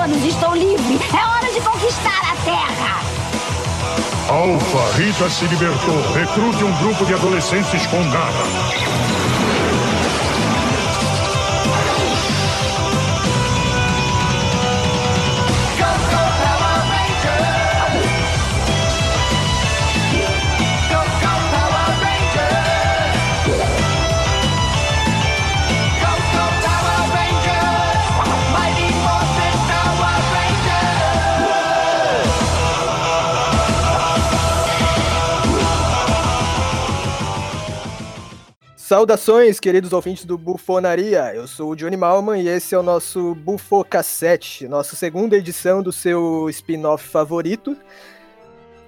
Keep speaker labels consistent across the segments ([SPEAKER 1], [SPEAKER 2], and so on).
[SPEAKER 1] todos estão livres. É hora de conquistar a Terra.
[SPEAKER 2] Alfa, Rita se libertou. Recrute um grupo de adolescentes com garra.
[SPEAKER 3] Saudações, queridos ouvintes do Bufonaria. Eu sou o Johnny Malman e esse é o nosso Bufo Cassete, nossa segunda edição do seu spin-off favorito.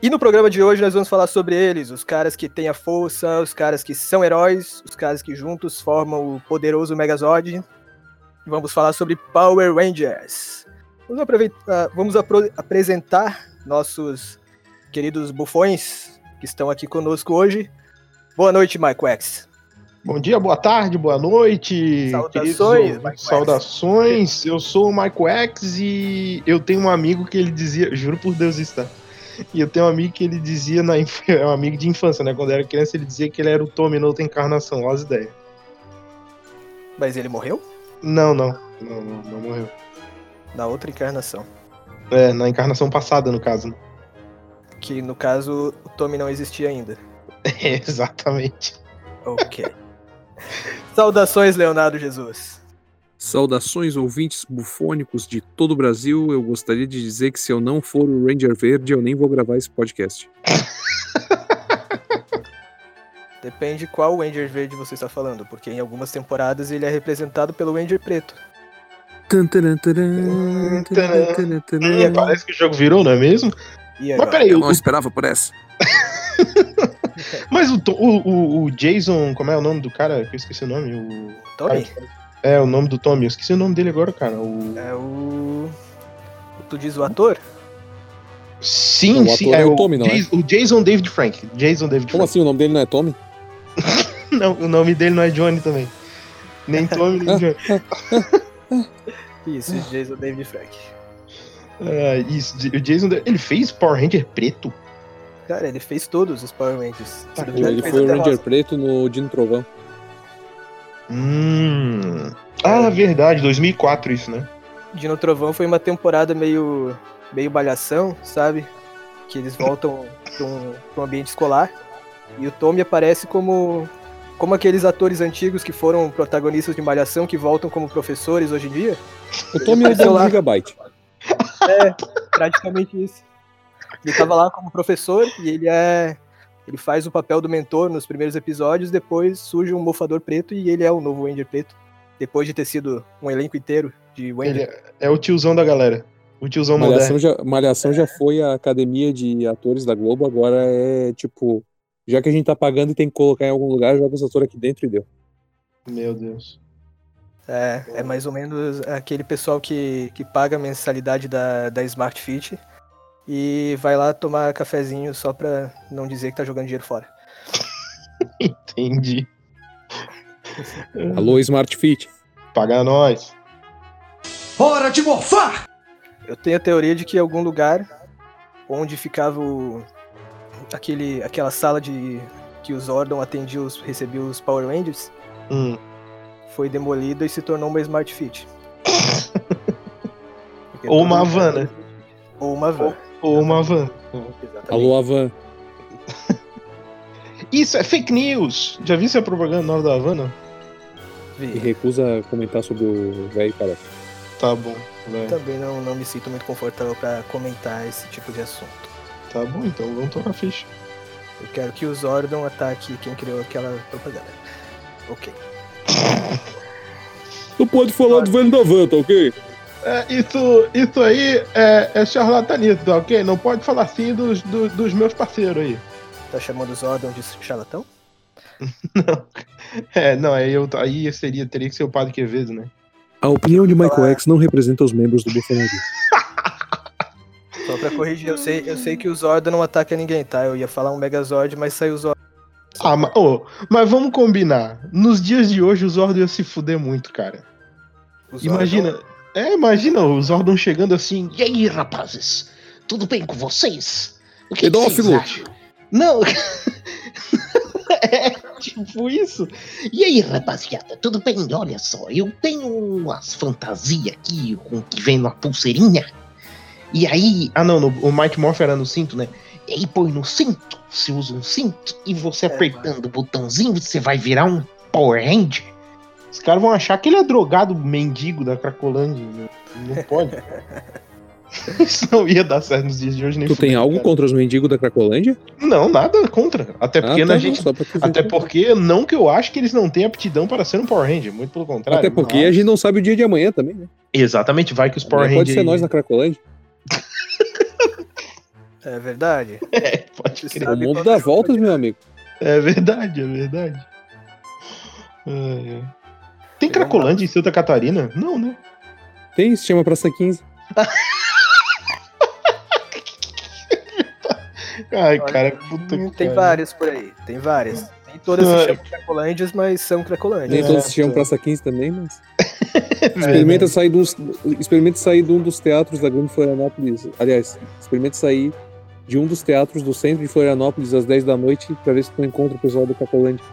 [SPEAKER 3] E no programa de hoje nós vamos falar sobre eles, os caras que têm a força, os caras que são heróis, os caras que juntos formam o poderoso Megazord. E vamos falar sobre Power Rangers. Vamos, aproveitar- vamos apro- apresentar nossos queridos bufões que estão aqui conosco hoje. Boa noite, Mike Wax.
[SPEAKER 4] Bom dia, boa tarde, boa noite.
[SPEAKER 3] Saudações,
[SPEAKER 4] queridos ouvintes.
[SPEAKER 3] Mike Wex.
[SPEAKER 4] Saudações. Eu sou o Mike Wex e eu tenho um amigo que ele dizia, juro por Deus está. E eu tenho um amigo que ele dizia na inf- é um amigo de infância, né? Quando eu era criança, ele dizia que ele era o Tommy na outra encarnação, olha as ideias.
[SPEAKER 3] Mas ele morreu?
[SPEAKER 4] Não, não, não, não, não morreu.
[SPEAKER 3] Na outra encarnação.
[SPEAKER 4] É, na encarnação passada, no caso. né?
[SPEAKER 3] Que no caso o Tommy não existia ainda.
[SPEAKER 4] É, exatamente.
[SPEAKER 3] Ok. Saudações, Leonardo Jesus.
[SPEAKER 5] Saudações, ouvintes bufônicos de todo o Brasil. Eu gostaria de dizer que se eu não for o Ranger Verde, eu nem vou gravar esse podcast.
[SPEAKER 3] Depende qual Ranger verde você está falando, porque em algumas temporadas ele é representado pelo Ranger preto.
[SPEAKER 5] Tan, taran, taran, taran, taran,
[SPEAKER 4] É,
[SPEAKER 5] taran.
[SPEAKER 4] parece que o jogo virou, não é mesmo?
[SPEAKER 3] E
[SPEAKER 4] Mas
[SPEAKER 3] agora?
[SPEAKER 4] peraí,
[SPEAKER 5] Eu
[SPEAKER 4] o,
[SPEAKER 5] não é esperava por essa.
[SPEAKER 4] mas o, To- o, o- o Jason, como é o nome do cara? Que eu esqueci o nome. O...
[SPEAKER 3] Tommy
[SPEAKER 4] É, o nome do Tommy. Eu esqueci o nome dele agora, cara. O...
[SPEAKER 3] é o. Tu diz o ator?
[SPEAKER 4] Sim,
[SPEAKER 5] Não, o
[SPEAKER 4] sim.
[SPEAKER 5] ator
[SPEAKER 4] É,
[SPEAKER 5] é o
[SPEAKER 4] o,
[SPEAKER 5] Tommy, não é?
[SPEAKER 4] Jas- o Jason David Frank. Jason David
[SPEAKER 5] Como
[SPEAKER 4] Frank.
[SPEAKER 5] assim? O nome dele não é Tommy?
[SPEAKER 4] Não, o nome dele não é Johnny também. Nem Tommy,
[SPEAKER 5] Ah.
[SPEAKER 4] nem Johnny.
[SPEAKER 3] Isso,
[SPEAKER 5] Hum.
[SPEAKER 3] Jason David Frank.
[SPEAKER 4] Ah, isso, o Jason... Ele fez Power Ranger preto?
[SPEAKER 3] Cara, ele fez todos os Power Rangers. Se não me engano,
[SPEAKER 5] Ele
[SPEAKER 3] fez
[SPEAKER 5] foi o
[SPEAKER 3] até
[SPEAKER 5] Ranger
[SPEAKER 3] rosa.
[SPEAKER 5] Preto no Dino Trovão.
[SPEAKER 4] Hum...
[SPEAKER 5] É.
[SPEAKER 4] Ah, verdade. 2004 isso, né?
[SPEAKER 3] Dino Trovão foi uma temporada meio, meio balhação, sabe? Que eles voltam para um, pra um ambiente escolar. E o Tommy aparece como, como aqueles atores antigos que foram protagonistas de Malhação, que voltam como professores hoje em dia.
[SPEAKER 5] O Tommy é o
[SPEAKER 3] Sei lá.
[SPEAKER 5] do Gigabyte.
[SPEAKER 3] É, praticamente isso. Ele tava lá como professor e ele é. Ele faz o papel do mentor nos primeiros episódios, depois surge um mofador preto e ele é o novo Ranger preto. Depois de ter sido um elenco inteiro de
[SPEAKER 4] Ele
[SPEAKER 3] Ranger.
[SPEAKER 4] é, é o tiozão da galera. O tiozão moderno.
[SPEAKER 5] Malhação já, Malhação já foi a academia de atores da Globo, agora é tipo. Já que a gente tá pagando e tem que colocar em algum lugar, joga os atores aqui dentro e deu.
[SPEAKER 4] Meu Deus.
[SPEAKER 3] É, é mais ou menos aquele pessoal que, que paga a mensalidade da, da Smart Fit e vai lá tomar cafezinho só pra não dizer que tá jogando dinheiro fora.
[SPEAKER 4] Entendi.
[SPEAKER 5] Alô, Smart Fit.
[SPEAKER 4] Paga nós.
[SPEAKER 6] Hora de morfar!
[SPEAKER 3] Eu tenho a teoria de que algum lugar onde ficava o, aquele, aquela sala de que os Ordon atendia os, recebia os Power Rangers
[SPEAKER 4] Hum.
[SPEAKER 3] foi demolida e se tornou uma Smart Fit. Porque
[SPEAKER 4] Ou
[SPEAKER 3] todo
[SPEAKER 4] uma
[SPEAKER 3] mundo-
[SPEAKER 4] van, né?
[SPEAKER 3] Ou uma van.
[SPEAKER 4] Ou uma van.
[SPEAKER 3] exatamente.
[SPEAKER 5] Alô, Avan.
[SPEAKER 4] Isso é fake news! Já viu essa propaganda na hora da Havana?
[SPEAKER 5] E
[SPEAKER 3] Vi.
[SPEAKER 5] recusa comentar sobre o velho cara.
[SPEAKER 4] Tá bom, velho.
[SPEAKER 3] Também não, não me sinto muito confortável pra comentar esse tipo de assunto.
[SPEAKER 4] Tá bom, então vamos tocar a ficha.
[SPEAKER 3] Eu quero que o Zordon ataque quem criou aquela propaganda. Ok.
[SPEAKER 5] Tu pode falar do velho da van, tá ok?
[SPEAKER 4] É, isso, isso aí é, é charlatanismo, tá ok? Não pode falar assim dos, do- dos meus parceiros aí.
[SPEAKER 3] Tá chamando o Zordon de charlatão?
[SPEAKER 4] É, não, aí, eu, aí seria, teria que ser o padre Quevedo, né?
[SPEAKER 5] A opinião de Michael X não representa os membros do Bufonaria.
[SPEAKER 3] Só pra corrigir, eu sei, eu sei que o Zordon não ataca ninguém, tá? Eu ia falar um Megazord, mas saiu o Zordon.
[SPEAKER 4] Ah, mas, ô, mas vamos combinar. Nos dias de hoje, os Zordon ia se fuder muito, cara.
[SPEAKER 3] O Zordon-
[SPEAKER 4] Imagina, É, imagina o Zordon chegando assim. E aí, rapazes? Tudo bem com vocês? O que
[SPEAKER 7] Pedófilo.
[SPEAKER 4] vocês acham?" Não. é, tipo isso.
[SPEAKER 8] E aí, rapaziada, tudo bem? Olha só, eu tenho umas fantasias aqui com que vem uma pulseirinha.
[SPEAKER 4] E aí. Ah, não, no- o Mike Morph era no cinto, né?
[SPEAKER 8] E aí põe no cinto, você usa um cinto, e você apertando o botãozinho, você vai virar um Power Ranger.
[SPEAKER 4] Os caras vão achar que ele é drogado mendigo da Cracolândia. né? Não pode. Isso não ia dar certo nos dias de hoje nem
[SPEAKER 5] Tu tem
[SPEAKER 4] fudendo,
[SPEAKER 5] algo
[SPEAKER 4] cara.
[SPEAKER 5] contra os mendigos da Cracolândia?
[SPEAKER 4] Não, nada contra. Até É porque
[SPEAKER 5] Ah,
[SPEAKER 4] a
[SPEAKER 5] tá,
[SPEAKER 4] gente.
[SPEAKER 5] só pra tu ver.
[SPEAKER 4] Até porque, não que eu acho que eles não têm aptidão para ser um Power Ranger, muito pelo contrário.
[SPEAKER 5] Até porque a
[SPEAKER 4] mas-
[SPEAKER 5] gente não sabe o dia de amanhã também, né?
[SPEAKER 4] Exatamente, vai que os Power
[SPEAKER 5] Amanhã
[SPEAKER 4] Rangers.
[SPEAKER 5] pode ser nós né? na Cracolândia.
[SPEAKER 3] É verdade.
[SPEAKER 4] É, pode
[SPEAKER 3] Você
[SPEAKER 4] crer.
[SPEAKER 5] O
[SPEAKER 3] sabe
[SPEAKER 5] mundo
[SPEAKER 3] quando
[SPEAKER 5] dá
[SPEAKER 3] eu vou
[SPEAKER 5] voltas,
[SPEAKER 3] de-
[SPEAKER 5] meu amigo.
[SPEAKER 4] É verdade, é verdade. Ai, ai. Tem Cracolândia em Santa Catarina? Não, né?
[SPEAKER 5] Tem, se chama Praça 15.
[SPEAKER 4] Ai,
[SPEAKER 3] Olha,
[SPEAKER 4] cara, puta
[SPEAKER 3] Hum,
[SPEAKER 4] que
[SPEAKER 3] tem
[SPEAKER 4] pariu.
[SPEAKER 3] várias por aí, tem várias. Nem todas
[SPEAKER 4] Ah,
[SPEAKER 3] se chamam Cracolândias, mas são
[SPEAKER 5] Nem
[SPEAKER 3] Cracolândias.
[SPEAKER 5] todos se chamam
[SPEAKER 4] tá.
[SPEAKER 5] Praça 15 também, mas.
[SPEAKER 4] É verdade.
[SPEAKER 5] Experimenta sair, de uns- experimenta sair de um dos teatros da Grande Florianópolis. Aliás, experimenta sair de um dos teatros do centro de Florianópolis às 10 da noite pra ver se tu encontra o pessoal do Cracolândia.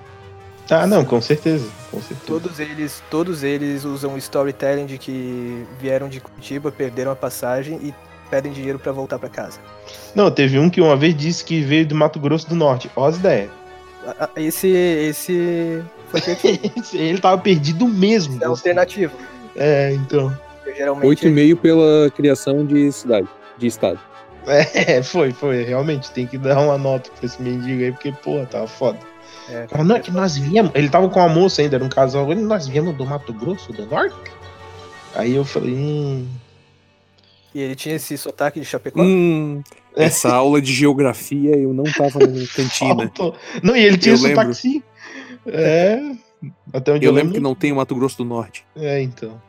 [SPEAKER 4] Ah, não, com certeza. Com certeza.
[SPEAKER 3] Todos eles, todos eles usam o storytelling de que vieram de Curitiba, perderam a passagem e pedem dinheiro pra voltar pra casa.
[SPEAKER 4] Não, teve um que uma vez disse que veio do Mato Grosso do Norte. Ó as ideias.
[SPEAKER 3] Ah, ah, Esse, esse foi criativo,
[SPEAKER 4] Ele tava perdido mesmo.
[SPEAKER 3] esse é alternativo.
[SPEAKER 4] É, então.
[SPEAKER 3] porque Geralmente
[SPEAKER 5] 8,5 pela criação de cidade, de estado.
[SPEAKER 4] É, foi, foi. Realmente, tem que dar uma nota pra esse mendigo aí, porque, porra, tava foda.
[SPEAKER 3] É.
[SPEAKER 4] Mas não é que nós viemos. Ele tava com a moça ainda, era um casal. Ele, nós viemos do Mato Grosso do Norte? Aí eu falei, hum.
[SPEAKER 3] e ele tinha esse sotaque de Chapecó.
[SPEAKER 5] Hum,
[SPEAKER 7] É.
[SPEAKER 5] essa aula de geografia eu não tava na cantina.
[SPEAKER 4] faltou. Não, e ele tinha
[SPEAKER 5] Eu
[SPEAKER 4] esse
[SPEAKER 5] lembro.
[SPEAKER 4] taxi. É. Até onde eu, lembro.
[SPEAKER 5] não tem o Mato Grosso do Norte.
[SPEAKER 4] É, então.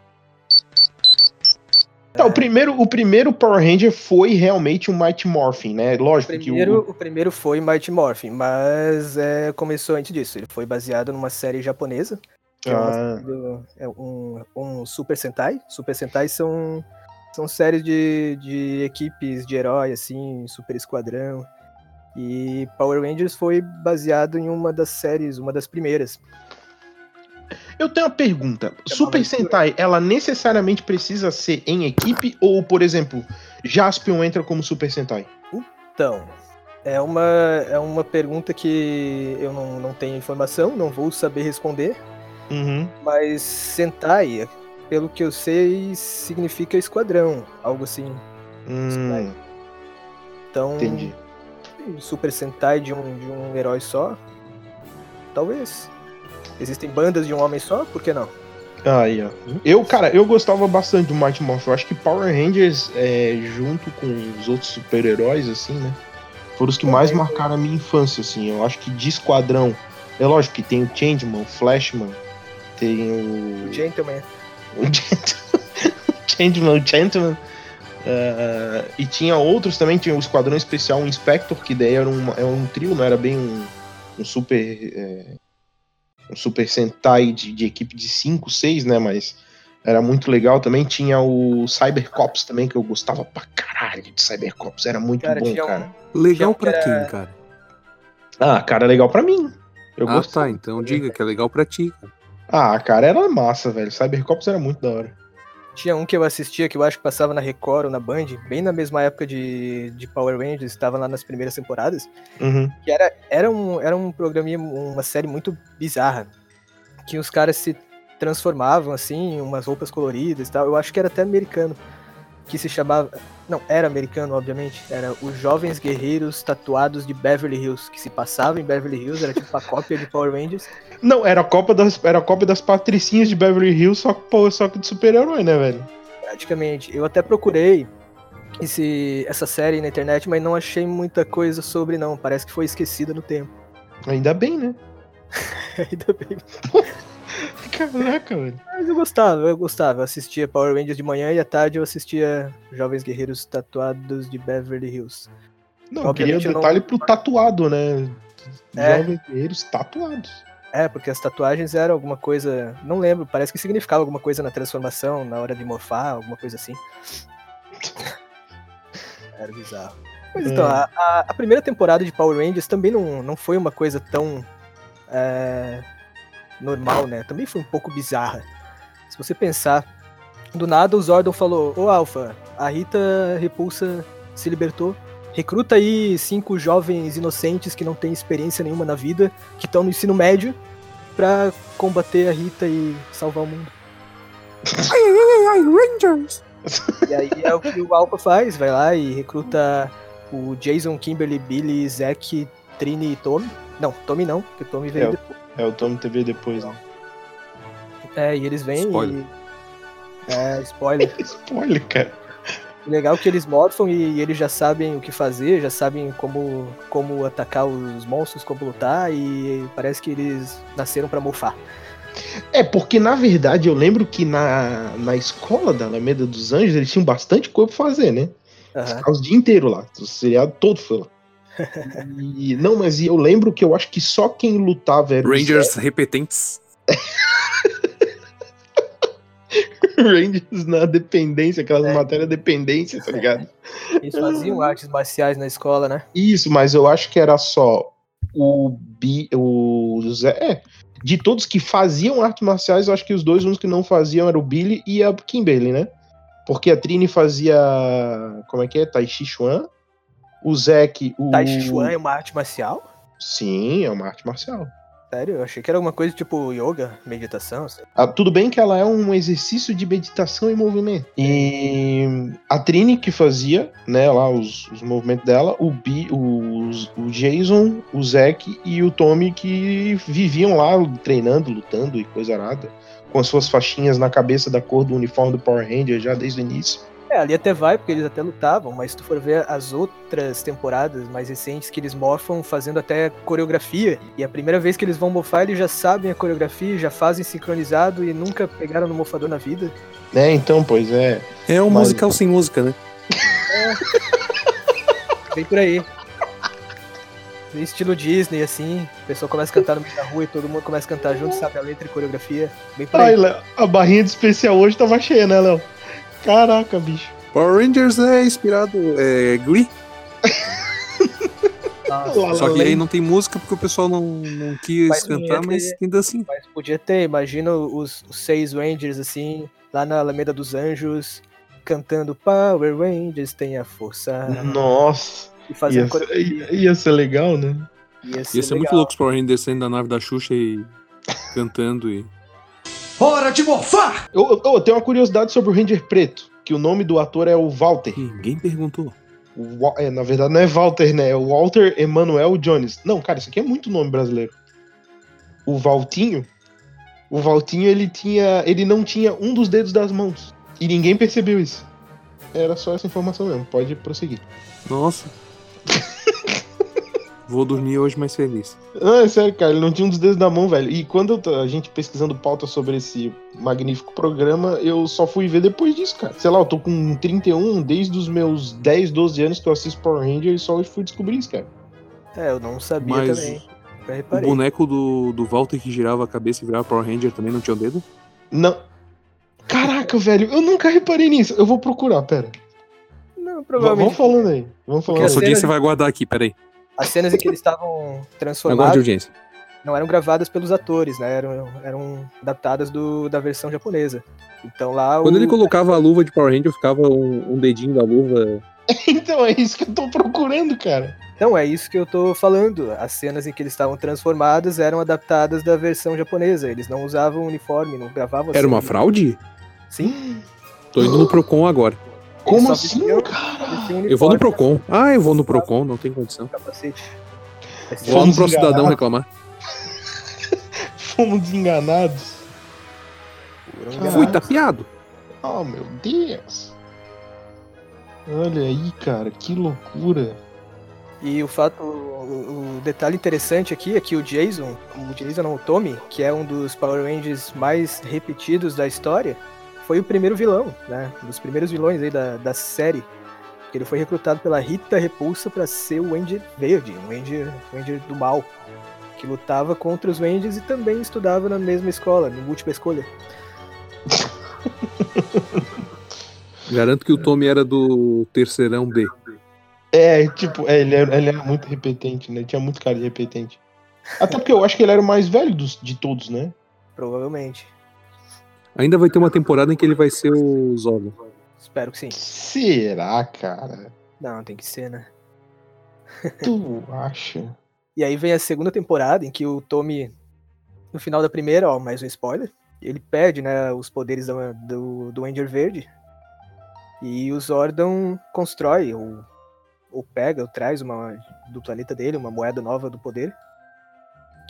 [SPEAKER 4] Tá, o primeiro, o primeiro Power Ranger foi realmente o Mighty Morphin, né?
[SPEAKER 3] O
[SPEAKER 4] Lógico
[SPEAKER 3] primeiro,
[SPEAKER 4] que
[SPEAKER 3] o primeiro foi Mighty Morphin, mas é, começou antes disso. Ele foi baseado numa série japonesa, que
[SPEAKER 4] o.
[SPEAKER 3] é uma
[SPEAKER 4] Ah,
[SPEAKER 3] do- é um, um Super Sentai. Super Sentai são, são séries de, de equipes de herói, assim, Super Esquadrão. E Power Rangers foi baseado em uma das séries, uma das primeiras.
[SPEAKER 4] eu tenho uma pergunta.
[SPEAKER 3] É uma
[SPEAKER 4] Super
[SPEAKER 3] aventura.
[SPEAKER 4] Sentai, ela necessariamente precisa ser em equipe? Ou, por exemplo, Jaspion entra como Super Sentai?
[SPEAKER 3] Então, é uma, é uma pergunta que eu não, não tenho informação, não vou saber responder,
[SPEAKER 4] Uhum.
[SPEAKER 3] mas Sentai, pelo que eu sei, significa esquadrão, algo assim.
[SPEAKER 4] Hum,
[SPEAKER 3] Então,
[SPEAKER 4] entendi.
[SPEAKER 3] um Super Sentai de um, de um herói só? Talvez. Existem bandas de um homem só? Por que não?
[SPEAKER 4] Aí, ó. Eu, cara, eu gostava bastante do Mighty Morphin. Eu acho que Power Rangers, é, junto com os outros super-heróis, assim, né? Foram os que mais marcaram a minha infância, assim. Eu acho que de esquadrão. É lógico que tem o Changeman, o Flashman, tem o.
[SPEAKER 3] O Gentleman.
[SPEAKER 4] o Gent- o Changeman, o um Gentleman. Ah, e tinha outros também, tinha o Esquadrão Especial, o Inspector, que daí era um, era um trio, não era bem um, um super. é, um Super Sentai de, de equipe de 5, 6, né? Mas era muito legal também. Tinha o Cybercops também, que eu gostava pra caralho de Cybercops, era muito
[SPEAKER 3] Cara,
[SPEAKER 4] bom,
[SPEAKER 3] tinha um-
[SPEAKER 4] cara.
[SPEAKER 3] Legal pra
[SPEAKER 5] quem, cara?
[SPEAKER 4] Ah, cara, legal pra mim. Eu
[SPEAKER 5] ah,
[SPEAKER 4] gostei.
[SPEAKER 5] tá. Então diga que é legal pra ti.
[SPEAKER 4] Ah, cara, era massa, velho. Cybercops era muito da hora.
[SPEAKER 3] Tinha um que eu assistia que eu acho que passava na Record ou na Band, bem na mesma época de, de Power Rangers, estava lá nas primeiras temporadas,
[SPEAKER 4] Uhum.
[SPEAKER 3] que era, era, um, era um programinha, uma série muito bizarra, que os caras se transformavam, assim, em umas roupas coloridas e tal. Eu acho que era até americano, que se chamava... Não, era americano, obviamente. Era os Jovens Guerreiros Tatuados de Beverly Hills, que se passava em Beverly Hills, era tipo a cópia de Power Rangers.
[SPEAKER 4] Não, era a Copa das, era a Copa das Patricinhas de Beverly Hills, só que, pô, só que de super-herói, né, velho?
[SPEAKER 3] Praticamente. Eu até procurei esse, essa série na internet, mas não achei muita coisa sobre, não. Parece que foi esquecida no tempo. tá
[SPEAKER 4] Ainda bem, né?
[SPEAKER 3] Ainda bem.
[SPEAKER 4] Caraca, velho.
[SPEAKER 3] Mas eu gostava, eu gostava. Eu assistia Power Rangers de manhã e à tarde eu assistia Jovens Guerreiros Tatuados de Beverly Hills.
[SPEAKER 4] Não, eu queria
[SPEAKER 3] Obviamente eu não-
[SPEAKER 4] detalhe pro tatuado, né?
[SPEAKER 3] É.
[SPEAKER 4] Jovens guerreiros tatuados.
[SPEAKER 3] É, porque as tatuagens eram alguma coisa. Não lembro, parece que significava alguma coisa na transformação, na hora de morfar, alguma coisa assim. Era bizarro. Mas então,
[SPEAKER 4] É.
[SPEAKER 3] a, a- a primeira temporada de Power Rangers também não, não foi uma coisa tão. é, normal, né? Também foi um pouco bizarra. Se você pensar, do nada o Zordon falou: Ô Alpha, a Rita Repulsa se libertou. Recruta aí cinco jovens inocentes que não têm experiência nenhuma na vida, que estão no ensino médio, pra combater a Rita e salvar o mundo. Ai, ai, ai, Rangers! E aí é o que o Alpha faz, vai lá e recruta o Jason, Kimberly, Billy, Zack, Trini e Tommy. Não, Tommy não, porque Tommy veio
[SPEAKER 4] É, É, o Tom TV depois, né?
[SPEAKER 3] é, e eles vêm
[SPEAKER 7] Spoiler.
[SPEAKER 3] e- É, spoiler.
[SPEAKER 4] Spoiler, cara.
[SPEAKER 3] O Legal é que eles morfam e eles já sabem o que fazer, já sabem como, como atacar os monstros, como lutar, e parece que eles nasceram pra mofar.
[SPEAKER 4] É, porque na verdade eu lembro que na, na escola da Alameda dos Anjos eles tinham bastante coisa pra fazer, né? Eles
[SPEAKER 3] Aham.
[SPEAKER 4] ficavam o dia inteiro lá. O seriado todo foi lá. E, não, mas eu lembro que eu acho que só quem lutava era o
[SPEAKER 7] Rangers repetentes.
[SPEAKER 4] Rangers na dependência, aquelas
[SPEAKER 3] É.
[SPEAKER 4] matérias dependência, tá ligado?
[SPEAKER 3] Eles faziam artes marciais na escola, né?
[SPEAKER 4] Isso, mas eu acho que era só o Bi, o Zé. É, de todos que faziam artes marciais, eu acho que os dois únicos que não faziam era o Billy e a Kimberly, né? Porque a Trini fazia. Como é que é? Tai Chi Chuan. O Zack. O...
[SPEAKER 3] Tai Chi Chuan é uma arte marcial?
[SPEAKER 4] Sim, é uma arte marcial.
[SPEAKER 3] Sério? Eu achei que era alguma coisa tipo yoga, meditação. assim. sei lá.
[SPEAKER 4] Ah, tudo bem que ela é um exercício de meditação e movimento. E a Trini que fazia, né, lá os, os movimentos dela, o, Bi, os- o Jason, o Zack e o Tommy que viviam lá treinando, lutando e coisa arada, com as suas faixinhas na cabeça da cor do uniforme do Power Ranger já desde o início.
[SPEAKER 3] É, ali até vai, porque eles até lutavam, mas se tu for ver as outras temporadas mais recentes que eles morfam fazendo até coreografia. E a primeira vez que eles vão mofar, eles já sabem a coreografia, já fazem sincronizado e nunca pegaram no mofador na vida.
[SPEAKER 4] Né, então, pois é.
[SPEAKER 5] É um
[SPEAKER 4] Mas-
[SPEAKER 5] musical sem música, né?
[SPEAKER 3] Vem por aí. No estilo Disney, assim, a pessoa começa a cantar no meio da rua e todo mundo começa a cantar junto, sabe a letra e coreografia. Bem por aí.
[SPEAKER 4] Léo, a barrinha de especial hoje tava cheia, né, Léo? Caraca, bicho.
[SPEAKER 5] Power Rangers é inspirado é Glee,
[SPEAKER 3] Nossa,
[SPEAKER 4] lá,
[SPEAKER 5] só que
[SPEAKER 4] Além-
[SPEAKER 5] aí não tem música porque o pessoal não, não quis
[SPEAKER 3] Mas não
[SPEAKER 5] cantar,
[SPEAKER 3] ia
[SPEAKER 5] mas ainda assim.
[SPEAKER 3] mas podia ter, imagina os, os seis Rangers, assim, lá na Alameda dos Anjos, cantando Power Rangers, tem a força.
[SPEAKER 4] Nossa.
[SPEAKER 3] E fazendo
[SPEAKER 4] Ia
[SPEAKER 3] coreografia.
[SPEAKER 4] ser, ia ser legal, né?
[SPEAKER 3] Ia
[SPEAKER 7] Ia ser muito
[SPEAKER 3] legal.
[SPEAKER 7] louco os Power Rangers saindo da nave da Xuxa e cantando e.
[SPEAKER 6] Hora de morfar!
[SPEAKER 4] Eu, eu- eu tenho uma curiosidade sobre o Ranger Preto, que o nome do ator é o Walter.
[SPEAKER 7] Ninguém perguntou.
[SPEAKER 4] O Wa- é, na verdade não é Walter, né? É o Walter Emanuel Jones. Não, cara, isso aqui é muito nome brasileiro. O Valtinho, o Valtinho ele tinha, ele não tinha um dos dedos das mãos e ninguém percebeu isso. Era só essa informação mesmo. Pode prosseguir.
[SPEAKER 7] Nossa. Vou dormir hoje mais feliz.
[SPEAKER 4] Não, é sério, cara, ele não tinha um dos dedos da mão, velho. E quando eu tô- a gente pesquisando pauta sobre esse magnífico programa, eu só fui ver depois disso, cara. Sei lá, eu tô com 31 desde os meus 10, 12 anos que eu assisto Power Ranger e só eu fui descobrir isso, cara.
[SPEAKER 3] É, eu não sabia
[SPEAKER 7] Mas
[SPEAKER 3] também. Eu
[SPEAKER 7] O
[SPEAKER 3] reparei.
[SPEAKER 7] boneco do, do Walter que girava a cabeça e virava Power Ranger também não tinha o dedo?
[SPEAKER 4] Não. Caraca, velho, eu nunca reparei nisso. Eu vou procurar, pera. V-
[SPEAKER 3] Não,
[SPEAKER 4] Vamos
[SPEAKER 3] provavelmente.
[SPEAKER 4] falando aí. Vamos falando
[SPEAKER 7] Nossa
[SPEAKER 4] aí.
[SPEAKER 3] cena
[SPEAKER 7] audiência
[SPEAKER 3] de-
[SPEAKER 7] vai guardar aqui, peraí.
[SPEAKER 3] As cenas em que eles estavam
[SPEAKER 5] Agora de
[SPEAKER 3] transformados
[SPEAKER 5] audiência.
[SPEAKER 3] não eram gravadas pelos atores, né? Eram, eram adaptadas do, da versão japonesa. Então lá
[SPEAKER 5] Quando
[SPEAKER 3] o...
[SPEAKER 5] ele colocava a luva de Power Ranger, ficava um, um dedinho da luva.
[SPEAKER 4] Então é isso que eu tô procurando, cara.
[SPEAKER 3] Não, é isso que eu tô falando. As cenas em que eles estavam transformados eram adaptadas da versão japonesa. Eles não usavam uniforme, não gravavam. assim.
[SPEAKER 5] Era
[SPEAKER 3] cena.
[SPEAKER 5] uma fraude?
[SPEAKER 3] Sim.
[SPEAKER 5] Tô indo no Procon agora.
[SPEAKER 4] Como
[SPEAKER 3] só
[SPEAKER 4] assim,
[SPEAKER 3] viviam-
[SPEAKER 4] cara?
[SPEAKER 3] eles tinham
[SPEAKER 5] Eu vou no
[SPEAKER 3] um uniforme,
[SPEAKER 5] Procon. Ah, eu vou no Procon, não tem condição.
[SPEAKER 3] capacete. Mas
[SPEAKER 4] Vou- Fomos
[SPEAKER 5] Vamos pro cidadão
[SPEAKER 4] enganados.
[SPEAKER 5] reclamar.
[SPEAKER 4] Fomos desenganados.
[SPEAKER 3] foram
[SPEAKER 5] Fui
[SPEAKER 3] enganados.
[SPEAKER 5] tapeado.
[SPEAKER 4] Oh, meu Deus! Olha aí, cara, que loucura.
[SPEAKER 3] E o fato, o, o detalhe interessante aqui é que o Jason, o Jason não, o Tommy, que é um dos Power Rangers mais repetidos da história, foi o primeiro vilão, né? Um dos primeiros vilões aí da, da série. Ele foi um recrutado pela Rita Repulsa para ser o Ranger Verde, o Ranger, o Ranger do mal. que lutava contra os Wendy's e também estudava na mesma escola, no múltipla escolha.
[SPEAKER 5] Garanto que o Tommy era do terceirão B.
[SPEAKER 4] É, tipo, é, ele, era, ele era muito repetente, né? Tinha muito cara de repetente. Até porque eu acho que ele era o mais velho dos, de todos, né?
[SPEAKER 3] Provavelmente.
[SPEAKER 5] Ainda vai ter uma temporada em que ele vai ser o Zod.
[SPEAKER 3] Espero que sim.
[SPEAKER 4] Será, cara?
[SPEAKER 3] Não, tem que ser, né?
[SPEAKER 4] Tu acha?
[SPEAKER 3] E aí vem a segunda temporada, em que o Tommy, no final da primeira, ó, mais um spoiler, ele perde, né, os poderes da- do, do Ranger Verde. E o Zordon constrói, ou, ou pega, ou traz uma, do planeta dele, uma moeda nova do poder.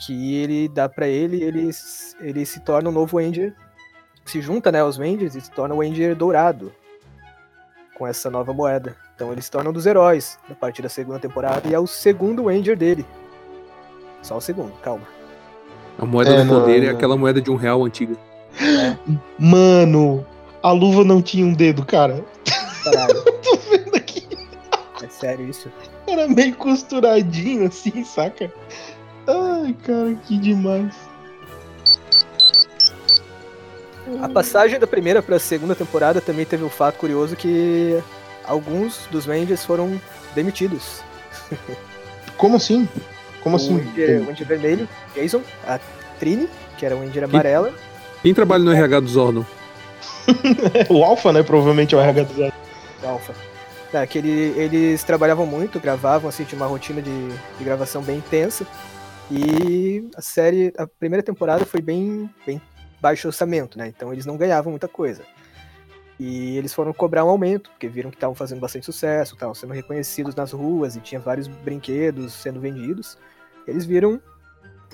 [SPEAKER 3] Que ele dá pra ele, ele, s- ele se torna um novo Ranger. Se junta, né, aos Rangers e se torna o Ranger Dourado. Com essa nova moeda. Então eles se tornam dos heróis, a partir da segunda temporada, e é o segundo Ranger dele. Só o segundo, calma.
[SPEAKER 5] A moeda
[SPEAKER 4] É,
[SPEAKER 5] do
[SPEAKER 4] não,
[SPEAKER 5] poder é
[SPEAKER 4] não.
[SPEAKER 5] aquela moeda de um real antiga.
[SPEAKER 4] Mano, a luva não tinha um dedo, cara.
[SPEAKER 3] Caralho,
[SPEAKER 4] Tô vendo aqui.
[SPEAKER 3] é sério isso?
[SPEAKER 4] Era meio costuradinho assim, saca? Ai, cara, que demais.
[SPEAKER 3] A passagem da primeira pra segunda temporada também teve um fato curioso que alguns dos Rangers foram demitidos.
[SPEAKER 4] Como assim? Como assim?
[SPEAKER 3] o Ranger, o Ranger vermelho, Jason, a Trini, que era o Ranger amarela,
[SPEAKER 5] Quem trabalha no RH do Zordon?
[SPEAKER 4] O Alpha, né? Provavelmente é o RH do
[SPEAKER 3] da Alpha. Tá, que ele- eles trabalhavam muito, gravavam, assim, tinha uma rotina de, de gravação bem intensa. E a série, a primeira temporada foi bem, bem baixo orçamento, né? Então eles não ganhavam muita coisa. E eles foram cobrar um aumento, porque viram que estavam fazendo bastante sucesso, estavam sendo reconhecidos nas ruas e tinha vários brinquedos sendo vendidos. Eles viram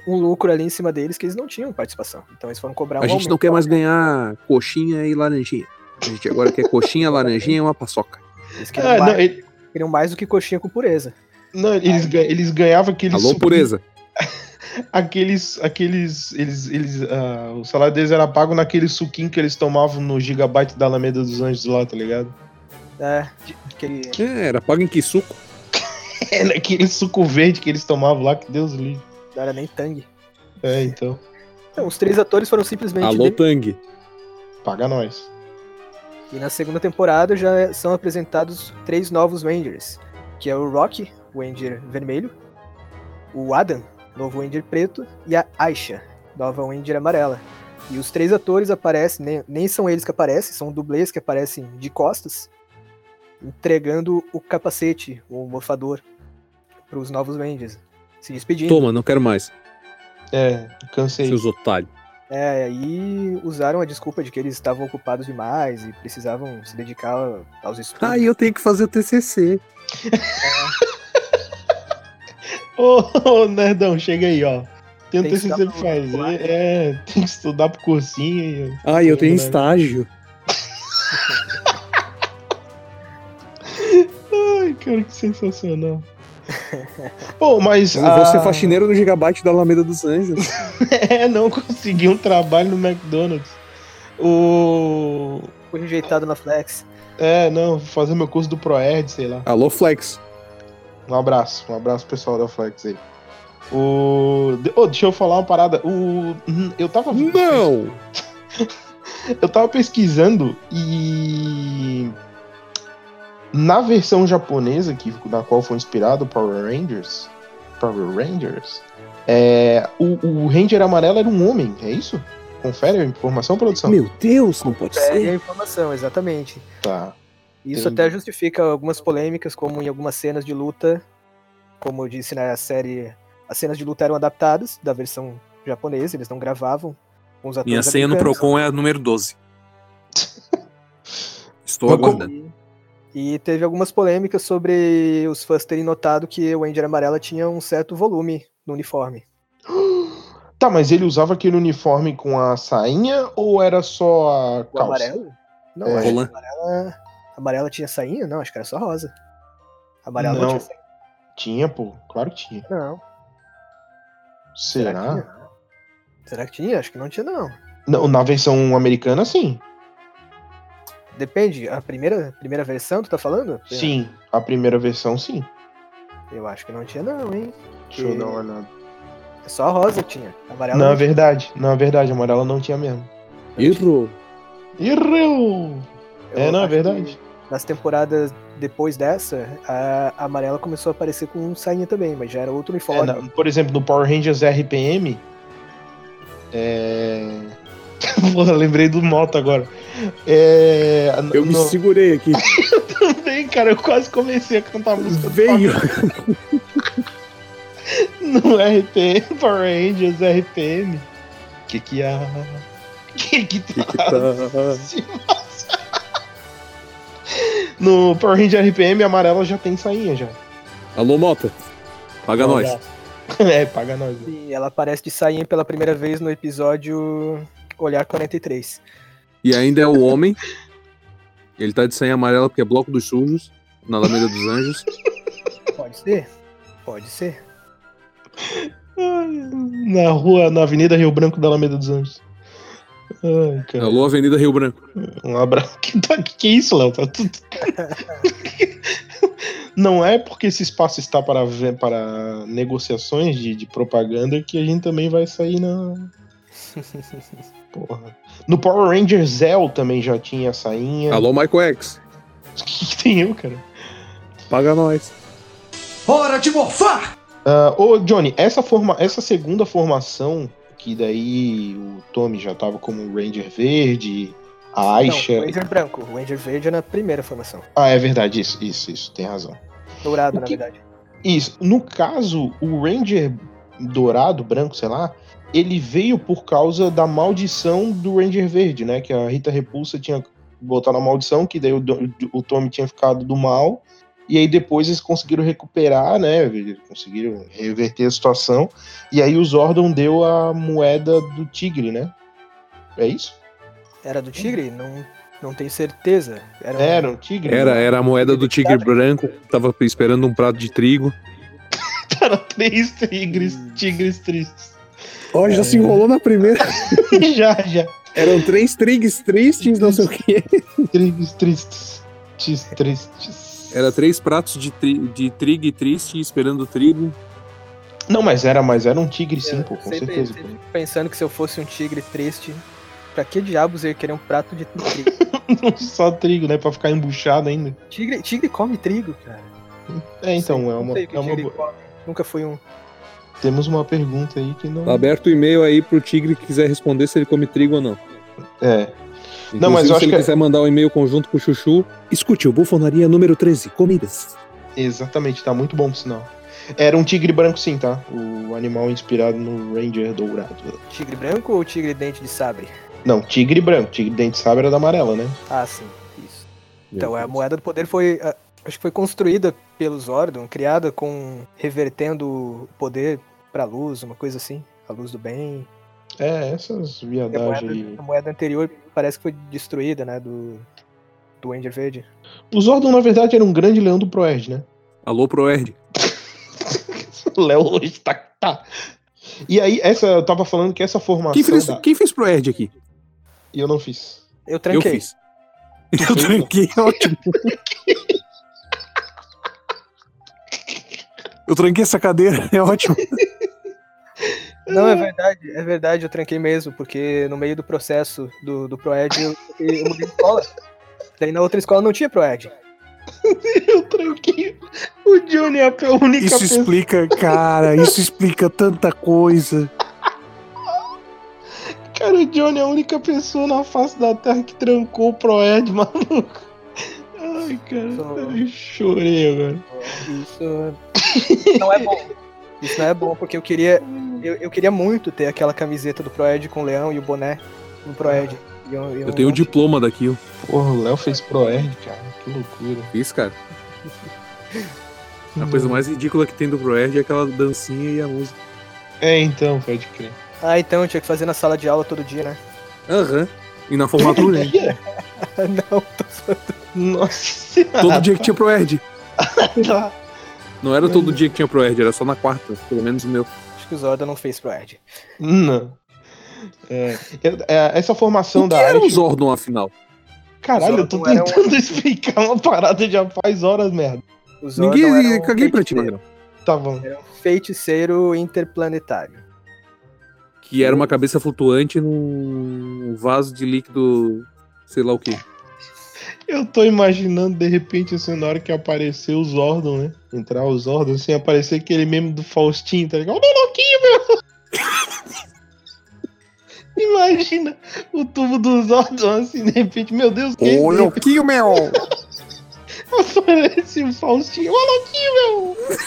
[SPEAKER 3] um lucro ali em cima deles que eles não tinham participação. Então eles foram cobrar um
[SPEAKER 5] A gente não
[SPEAKER 3] aumento.
[SPEAKER 5] quer mais ganhar coxinha e laranjinha. A gente agora quer coxinha, laranjinha e uma paçoca.
[SPEAKER 3] Eles queriam,
[SPEAKER 4] Ah, não,
[SPEAKER 3] mais,
[SPEAKER 4] ele-
[SPEAKER 3] queriam mais do que coxinha com pureza.
[SPEAKER 4] não, eles, gan- eles ganhavam aqueles.
[SPEAKER 5] Alô,
[SPEAKER 4] supli-
[SPEAKER 5] pureza.
[SPEAKER 4] Aqueles. aqueles eles, eles, ah, o salário deles era pago naquele suquinho que eles tomavam no Gigabyte da Alameda dos Anjos lá, tá ligado?
[SPEAKER 3] É, aquele-
[SPEAKER 5] É, era paga em que suco?
[SPEAKER 4] É, naquele suco verde que eles tomavam lá, que Deus livre.
[SPEAKER 3] Não era nem Tang.
[SPEAKER 4] É, então.
[SPEAKER 3] Então, os três atores foram simplesmente.
[SPEAKER 5] Alô,
[SPEAKER 3] demitidos.
[SPEAKER 5] Tang.
[SPEAKER 4] Paga nós.
[SPEAKER 3] E na segunda temporada já são apresentados três novos Rangers. Que é o Rock, o Ranger vermelho, o Adam, novo Ranger preto, e a Aisha, nova Ranger amarela. E os três atores aparecem, nem, nem são eles que aparecem, são dublês que aparecem de costas, entregando o capacete, o mofador, para os novos Rangers. Se despedindo.
[SPEAKER 5] Toma, não quero mais.
[SPEAKER 4] É, cansei.
[SPEAKER 5] Seus otários.
[SPEAKER 3] É, aí usaram a desculpa de que eles estavam ocupados demais e precisavam se dedicar aos estudos.
[SPEAKER 5] Aí Ah, eu tenho que fazer o TCC.
[SPEAKER 4] Ô, ô, nerdão, chega aí, ó.
[SPEAKER 3] Tem
[SPEAKER 4] Tenta
[SPEAKER 3] que
[SPEAKER 4] se
[SPEAKER 3] estudar
[SPEAKER 4] você
[SPEAKER 3] pro vestibular.
[SPEAKER 4] fazer. É, tem que estudar pro cursinho. e-
[SPEAKER 5] Ai, Ah, eu tenho
[SPEAKER 4] Sim, né?
[SPEAKER 5] estágio.
[SPEAKER 4] Ai, cara, que sensacional. Pô, mas.
[SPEAKER 5] Eu vou ser
[SPEAKER 4] ah,
[SPEAKER 5] faxineiro no Gigabyte da Alameda dos Anjos.
[SPEAKER 4] É, não consegui um trabalho no McDonald's. O.
[SPEAKER 3] Foi rejeitado na Flex.
[SPEAKER 4] É, não, vou fazer meu curso do ProErd, sei lá.
[SPEAKER 5] Alô, Flex.
[SPEAKER 4] Um abraço, um abraço pessoal da Flex aí. O. de- ô, deixa eu falar uma parada. O. hum, Eu tava.
[SPEAKER 5] Não!
[SPEAKER 4] Eu tava pesquisando e. Na versão japonesa que, na qual foi inspirado o Power Rangers. Power Rangers. É, o, o Ranger amarelo era um homem, é isso? Confere a informação, produção?
[SPEAKER 5] Meu Deus, não pode
[SPEAKER 3] É a
[SPEAKER 5] ser.
[SPEAKER 3] informação, exatamente.
[SPEAKER 4] Tá.
[SPEAKER 3] Isso
[SPEAKER 4] Entendi.
[SPEAKER 3] até justifica algumas polêmicas, como em algumas cenas de luta. Como eu disse na série, as cenas de luta eram adaptadas da versão japonesa, eles não gravavam com os atores
[SPEAKER 7] Minha senha no
[SPEAKER 3] americanos.
[SPEAKER 7] Procon é a número 12. Estou
[SPEAKER 4] Procon.
[SPEAKER 7] aguardando.
[SPEAKER 3] E teve algumas polêmicas sobre os fãs terem notado que o Ranger amarela tinha um certo volume no uniforme.
[SPEAKER 4] Tá, mas ele usava aquele uniforme com a sainha ou era só a
[SPEAKER 3] O
[SPEAKER 4] calça?
[SPEAKER 3] amarelo? Não,
[SPEAKER 4] É.
[SPEAKER 3] acho que
[SPEAKER 5] Rolan.
[SPEAKER 3] amarela, amarela tinha sainha? Não, acho que era só rosa. Amarelo não,
[SPEAKER 4] Não.
[SPEAKER 3] tinha sainha.
[SPEAKER 4] Tinha, pô. Claro que tinha.
[SPEAKER 3] Não.
[SPEAKER 4] Será?
[SPEAKER 3] que tinha? Será que tinha? Acho que não tinha, não.
[SPEAKER 4] Não, na versão americana, sim.
[SPEAKER 3] Depende, a primeira, primeira versão, tu tá falando?
[SPEAKER 4] Sim. A primeira versão, sim.
[SPEAKER 3] Eu acho que não tinha, não, hein? É
[SPEAKER 4] Deixa eu dar uma olhada.
[SPEAKER 3] Só a rosa tinha. A amarela
[SPEAKER 4] Não, é
[SPEAKER 3] não tinha.
[SPEAKER 4] verdade. Não, é verdade. A amarela não tinha mesmo.
[SPEAKER 5] Erro!
[SPEAKER 4] Errou! É,
[SPEAKER 3] Eu
[SPEAKER 4] não,
[SPEAKER 3] acho
[SPEAKER 4] é
[SPEAKER 3] que
[SPEAKER 4] verdade.
[SPEAKER 3] Nas temporadas depois dessa, a a amarela começou a aparecer com um sainha também, mas já era outro
[SPEAKER 4] É,
[SPEAKER 3] uniforme.
[SPEAKER 4] na- por exemplo, no Power Rangers RPM. É. Porra, lembrei do moto agora. É.
[SPEAKER 5] Eu me
[SPEAKER 4] no-
[SPEAKER 5] segurei aqui.
[SPEAKER 4] Também, cara, eu quase comecei a cantar a música. do
[SPEAKER 5] Veio!
[SPEAKER 4] No RPM, Power Rangers RPM. Que que há? Que que tá? assim? No Power Ranger RPM, a amarela já tem sainha já.
[SPEAKER 5] Alô, Mota! Paga nós.
[SPEAKER 4] É, paga nós.
[SPEAKER 3] E ela aparece de sainha pela primeira vez no episódio Olhar 43.
[SPEAKER 5] E ainda é o homem. Ele tá de senha amarela porque é Bloco dos Sujos, na Alameda dos Anjos.
[SPEAKER 3] Pode ser? Pode ser.
[SPEAKER 4] Na rua, na Avenida Rio Branco da Alameda dos Anjos. Ai, cara.
[SPEAKER 5] Alô, Avenida Rio Branco.
[SPEAKER 4] Um abraço. Que, tá- que isso, Léo? Tá tudo... Não é porque esse espaço está para, ve- para negociações de, de propaganda que a gente também vai sair na. Porra. No Power Ranger Zell também já tinha a sainha.
[SPEAKER 5] Alô, Michael X.
[SPEAKER 4] O que, que tem eu, cara?
[SPEAKER 5] Paga nós.
[SPEAKER 6] Hora de morfar!
[SPEAKER 4] Ah, ô, Johnny, essa, forma, essa segunda formação, que daí o Tommy já tava como um Ranger Verde, a Aisha.
[SPEAKER 3] Não, o Ranger branco. O Ranger verde é na primeira formação.
[SPEAKER 4] Ah, é verdade, isso, isso, isso, tem razão.
[SPEAKER 3] Dourado,
[SPEAKER 4] O
[SPEAKER 3] na
[SPEAKER 4] que-
[SPEAKER 3] verdade.
[SPEAKER 4] Isso. No caso, o Ranger dourado, branco, sei lá, ele veio por causa da maldição do Ranger verde, né? Que a Rita Repulsa tinha botado a maldição, que daí o, do- o Tommy tinha ficado do mal. E aí depois eles conseguiram recuperar, né? eles Conseguiram reverter a situação. E aí o Zordon deu a moeda do tigre, né? É isso?
[SPEAKER 3] Era do tigre? Não, não tenho certeza. Era, um-
[SPEAKER 4] Era um tigre?
[SPEAKER 5] Era,
[SPEAKER 4] né?
[SPEAKER 5] era a moeda do tigre branco. Tava esperando um prato de trigo.
[SPEAKER 4] Era três tigres, tigres tristes.
[SPEAKER 5] Ó, já se enrolou na primeira.
[SPEAKER 4] já, já.
[SPEAKER 5] Eram três trigues tristes, não sei o quê.
[SPEAKER 4] Trigos tristes. Tis
[SPEAKER 3] É.
[SPEAKER 4] tristes.
[SPEAKER 5] Era três pratos de, tri... de trigo triste esperando trigo.
[SPEAKER 4] Não, mas era, mas era um tigre sim,
[SPEAKER 3] Eu
[SPEAKER 4] pô, com
[SPEAKER 3] É, sempre-
[SPEAKER 4] certeza.
[SPEAKER 3] sempre Pensando que se eu fosse um tigre triste, pra que diabos eu ia querer um prato de trigo?
[SPEAKER 4] Só trigo, né? Pra ficar embuchado ainda.
[SPEAKER 3] tigre, tigre come trigo, cara.
[SPEAKER 4] É, então,
[SPEAKER 3] Sei-
[SPEAKER 4] é
[SPEAKER 3] não
[SPEAKER 4] uma.
[SPEAKER 3] sei o que
[SPEAKER 4] é uma
[SPEAKER 3] tigre
[SPEAKER 4] boa-
[SPEAKER 3] come. Nunca fui um.
[SPEAKER 4] Temos uma pergunta aí que não.
[SPEAKER 5] Tá aberto o e-mail aí pro tigre que quiser responder se ele come trigo ou não.
[SPEAKER 4] É.
[SPEAKER 5] Inclusive,
[SPEAKER 4] mas eu
[SPEAKER 5] se
[SPEAKER 4] acho
[SPEAKER 5] ele
[SPEAKER 4] que-
[SPEAKER 5] quiser mandar um e-mail conjunto com o Chuchu, escute o Bufonaria número 13, comidas.
[SPEAKER 4] Exatamente, tá muito bom pro sinal. Era um tigre branco sim, tá? O animal inspirado no Ranger dourado.
[SPEAKER 3] Tigre branco ou tigre dente de sabre?
[SPEAKER 4] Não, tigre branco. Tigre dente de sabre era da amarela, né?
[SPEAKER 3] Ah, sim. Isso. Então, a moeda do poder foi. a- acho que foi construída pelos Zordon, criada com. revertendo o poder pra luz, uma coisa assim. A luz do bem.
[SPEAKER 4] É, essas
[SPEAKER 3] E a, moeda,
[SPEAKER 4] viadagens aí.
[SPEAKER 3] a moeda anterior parece que foi destruída, né? Do. Do Ranger Verde.
[SPEAKER 4] O Zordon, na verdade, era um grande leão do Proerd, né?
[SPEAKER 5] Alô, Proerd.
[SPEAKER 4] O Léo hoje tá, tá. E aí, essa, eu tava falando que essa formação.
[SPEAKER 5] Quem fez,
[SPEAKER 4] da-
[SPEAKER 5] quem fez Proerd aqui?
[SPEAKER 4] E eu não fiz.
[SPEAKER 3] Eu tranquei.
[SPEAKER 5] Eu fiz. Eu tranquei, ótimo. Eu tranquei essa cadeira, é ótimo.
[SPEAKER 3] Não, é verdade, é verdade, eu tranquei mesmo, porque no meio do processo do, do Proed eu, eu mudei de escola. Daí na outra escola não tinha Proed.
[SPEAKER 4] Eu tranquei. O Johnny é a única
[SPEAKER 7] Isso
[SPEAKER 4] pessoa.
[SPEAKER 7] explica, cara, isso explica tanta coisa.
[SPEAKER 4] Cara, o Johnny é a única pessoa na face da Terra que trancou o Proed, maluco. Ai,
[SPEAKER 3] Só-
[SPEAKER 4] cara, eu chorei agora.
[SPEAKER 3] Isso não é bom. Isso não é bom, porque eu queria. Eu, eu queria muito ter aquela camiseta do Proed com o leão e o boné do Proed. E Eu, eu
[SPEAKER 5] Eu tenho o
[SPEAKER 3] não-
[SPEAKER 5] diploma daquilo.
[SPEAKER 4] Porra, o Léo fez Proed, cara. Que loucura.
[SPEAKER 5] Fiz, cara. A coisa mais ridícula que tem do Proerd é aquela dancinha e a música.
[SPEAKER 4] É, então, pode crer.
[SPEAKER 3] Ah, então, eu tinha que fazer na sala de aula todo dia, né?
[SPEAKER 5] Aham. E na formatura,
[SPEAKER 4] né?
[SPEAKER 5] hein?
[SPEAKER 3] não, tô só-
[SPEAKER 4] é. Nossa senhora.
[SPEAKER 5] Todo dia que tinha Proerd.
[SPEAKER 4] Tá.
[SPEAKER 5] Não era todo dia que tinha Proerd, era só na quarta, pelo menos o meu.
[SPEAKER 3] Acho que o Zorda não fez Proed.
[SPEAKER 4] Não. É, eu- é, essa formação
[SPEAKER 5] O que
[SPEAKER 4] da
[SPEAKER 7] um
[SPEAKER 5] era o
[SPEAKER 4] Irish.
[SPEAKER 5] Zordon, afinal?
[SPEAKER 4] Caralho, eu tô
[SPEAKER 3] Zordon era um-
[SPEAKER 4] tentando explicar uma parada já faz horas, merda.
[SPEAKER 3] O Zordon
[SPEAKER 5] Ninguém...
[SPEAKER 3] era um
[SPEAKER 5] Caguei pra ti,
[SPEAKER 3] feiticeiro-
[SPEAKER 5] Magrão.
[SPEAKER 4] Tá bom.
[SPEAKER 3] Feiticeiro interplanetário.
[SPEAKER 5] que era uma cabeça flutuante num vaso de líquido, sei lá o que.
[SPEAKER 4] Eu tô imaginando, de repente, assim, na hora que apareceu os Zordon, né? Entrar os Zordon, assim, aparecer aquele meme do Faustinho, tá ligado? Ô, meu louquinho, meu! Imagina o tubo dos Zordon, assim, de repente, meu Deus, quem é
[SPEAKER 9] Ô, louquinho, meu!
[SPEAKER 4] aparece o Faustinho? Ô, louquinho, meu!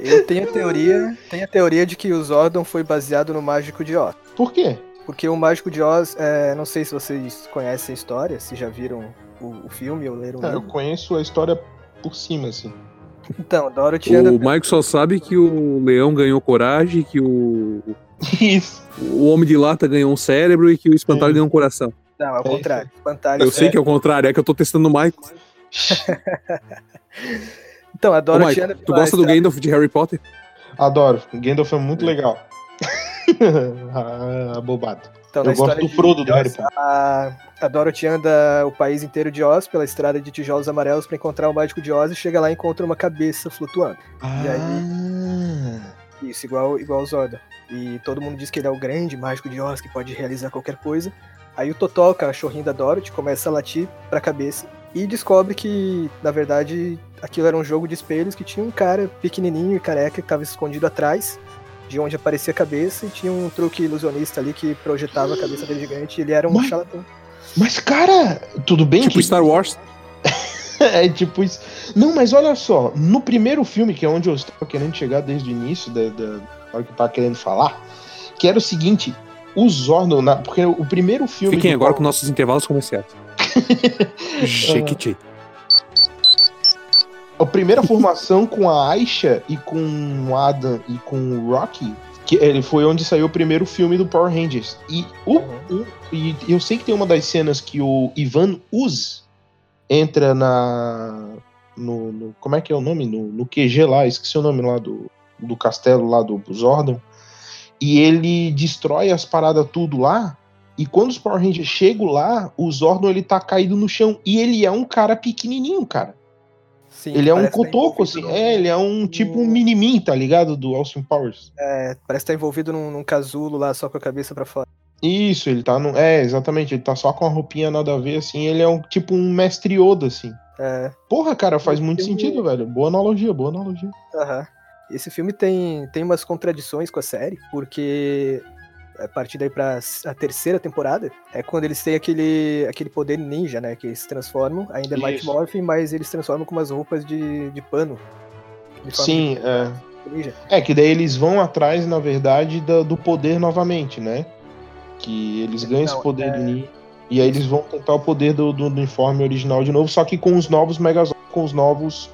[SPEAKER 3] Eu tenho a teoria, tenho a teoria de que o Zordon foi baseado no Mágico de Oz.
[SPEAKER 4] Por quê?
[SPEAKER 3] Porque o Mágico de Oz, é, não sei se vocês conhecem a história, se já viram o, o filme ou leram o
[SPEAKER 4] Ah, eu
[SPEAKER 3] livro.
[SPEAKER 4] conheço a história por cima, assim.
[SPEAKER 3] Então, Dorothy anda...
[SPEAKER 5] O Mike só sabe que o leão ganhou coragem, que o,
[SPEAKER 4] Isso.
[SPEAKER 5] o homem de lata ganhou um cérebro e que o espantalho
[SPEAKER 4] É.
[SPEAKER 5] ganhou um coração.
[SPEAKER 3] Não, ao
[SPEAKER 4] isso.
[SPEAKER 3] contrário. Espantalho.
[SPEAKER 5] Eu sei que é o contrário, é que eu tô testando o Mike.
[SPEAKER 3] Então, a
[SPEAKER 5] Ô,
[SPEAKER 3] Dorothy Ah,
[SPEAKER 5] Mike,
[SPEAKER 3] anda
[SPEAKER 5] tu
[SPEAKER 3] pela
[SPEAKER 5] gosta do
[SPEAKER 3] estrada-
[SPEAKER 5] Gandalf de Harry Potter?
[SPEAKER 4] Adoro. Gandalf é muito legal. Ah, Abobado.
[SPEAKER 3] Então, na
[SPEAKER 4] Eu gosto
[SPEAKER 3] história
[SPEAKER 4] do
[SPEAKER 3] de-
[SPEAKER 4] Frodo do Harry Potter.
[SPEAKER 3] A, a Dorothy anda o país inteiro de Oz pela estrada de tijolos amarelos pra encontrar o mágico de Oz e chega lá e encontra uma cabeça flutuando. E
[SPEAKER 5] Ah.
[SPEAKER 3] Isso, igual, igual o Zorda. E todo mundo diz que ele é o grande mágico de Oz que pode realizar qualquer coisa. Aí o Totó, o cachorrinho da Dorothy, começa a latir pra cabeça e descobre que, na verdade, aquilo era um jogo de espelhos que tinha um cara pequenininho e careca que tava escondido atrás de onde aparecia a cabeça e tinha um truque ilusionista ali que projetava a cabeça dele gigante e ele era um
[SPEAKER 4] Mas-
[SPEAKER 3] charlatão.
[SPEAKER 4] Mas, cara, tudo bem
[SPEAKER 5] Tipo
[SPEAKER 4] que.
[SPEAKER 5] Star Wars?
[SPEAKER 4] é tipo isso. Não, mas olha só, no primeiro filme, que é onde eu estava querendo chegar desde o início, da, da da hora que eu tava querendo falar, que era o seguinte. O Zordon, na- porque o primeiro filme.
[SPEAKER 5] Fiquem
[SPEAKER 4] do
[SPEAKER 5] agora
[SPEAKER 4] qual-
[SPEAKER 5] com nossos intervalos comerciais. Jequiti.
[SPEAKER 4] A primeira formação com a Aisha e com o Adam e com o Rocky, que ele foi onde saiu o primeiro filme do Power Rangers. E, o, o- e eu sei que tem uma das cenas que o Ivan Uz entra na. No, no- como é que é o nome? No, no QG lá, esqueci o nome lá do, do castelo lá do Zordon. E ele destrói as paradas tudo lá. E quando os Power Rangers chegam lá, o Zordon ele tá caído no chão. E ele é um cara pequenininho, cara.
[SPEAKER 3] Sim,
[SPEAKER 4] Ele é um
[SPEAKER 3] parece tá
[SPEAKER 4] cotoco, assim.
[SPEAKER 3] envolvido num-
[SPEAKER 4] É, ele é um tipo um mini-min, tá ligado? Do Austin Powers.
[SPEAKER 3] é, parece estar envolvido num, num casulo lá, só com a cabeça pra fora.
[SPEAKER 4] Isso, ele tá no. É, exatamente. Ele tá só com a roupinha nada a ver, assim. Ele é um tipo um mestre Yoda, assim.
[SPEAKER 3] É,
[SPEAKER 4] Porra, cara, faz muito
[SPEAKER 3] Eu-
[SPEAKER 4] sentido, velho. Boa analogia, boa analogia.
[SPEAKER 3] Aham. Esse filme tem, tem umas contradições com a série, porque a partir daí pra s- a terceira temporada é quando eles têm aquele, aquele poder ninja, né? Que eles se transformam, ainda é Mighty
[SPEAKER 4] Isso.
[SPEAKER 3] Morphin, mas eles se transformam com umas roupas de, de pano. de forma
[SPEAKER 4] Sim,
[SPEAKER 3] de roupa ninja.
[SPEAKER 4] é. É que daí eles vão atrás, na verdade, da- do poder novamente, né? Que eles ganham
[SPEAKER 3] Não, é.
[SPEAKER 4] esse poder do Ni. E aí eles vão tentar o poder do, do uniforme original de novo, só que com os novos Megazords, com os novos.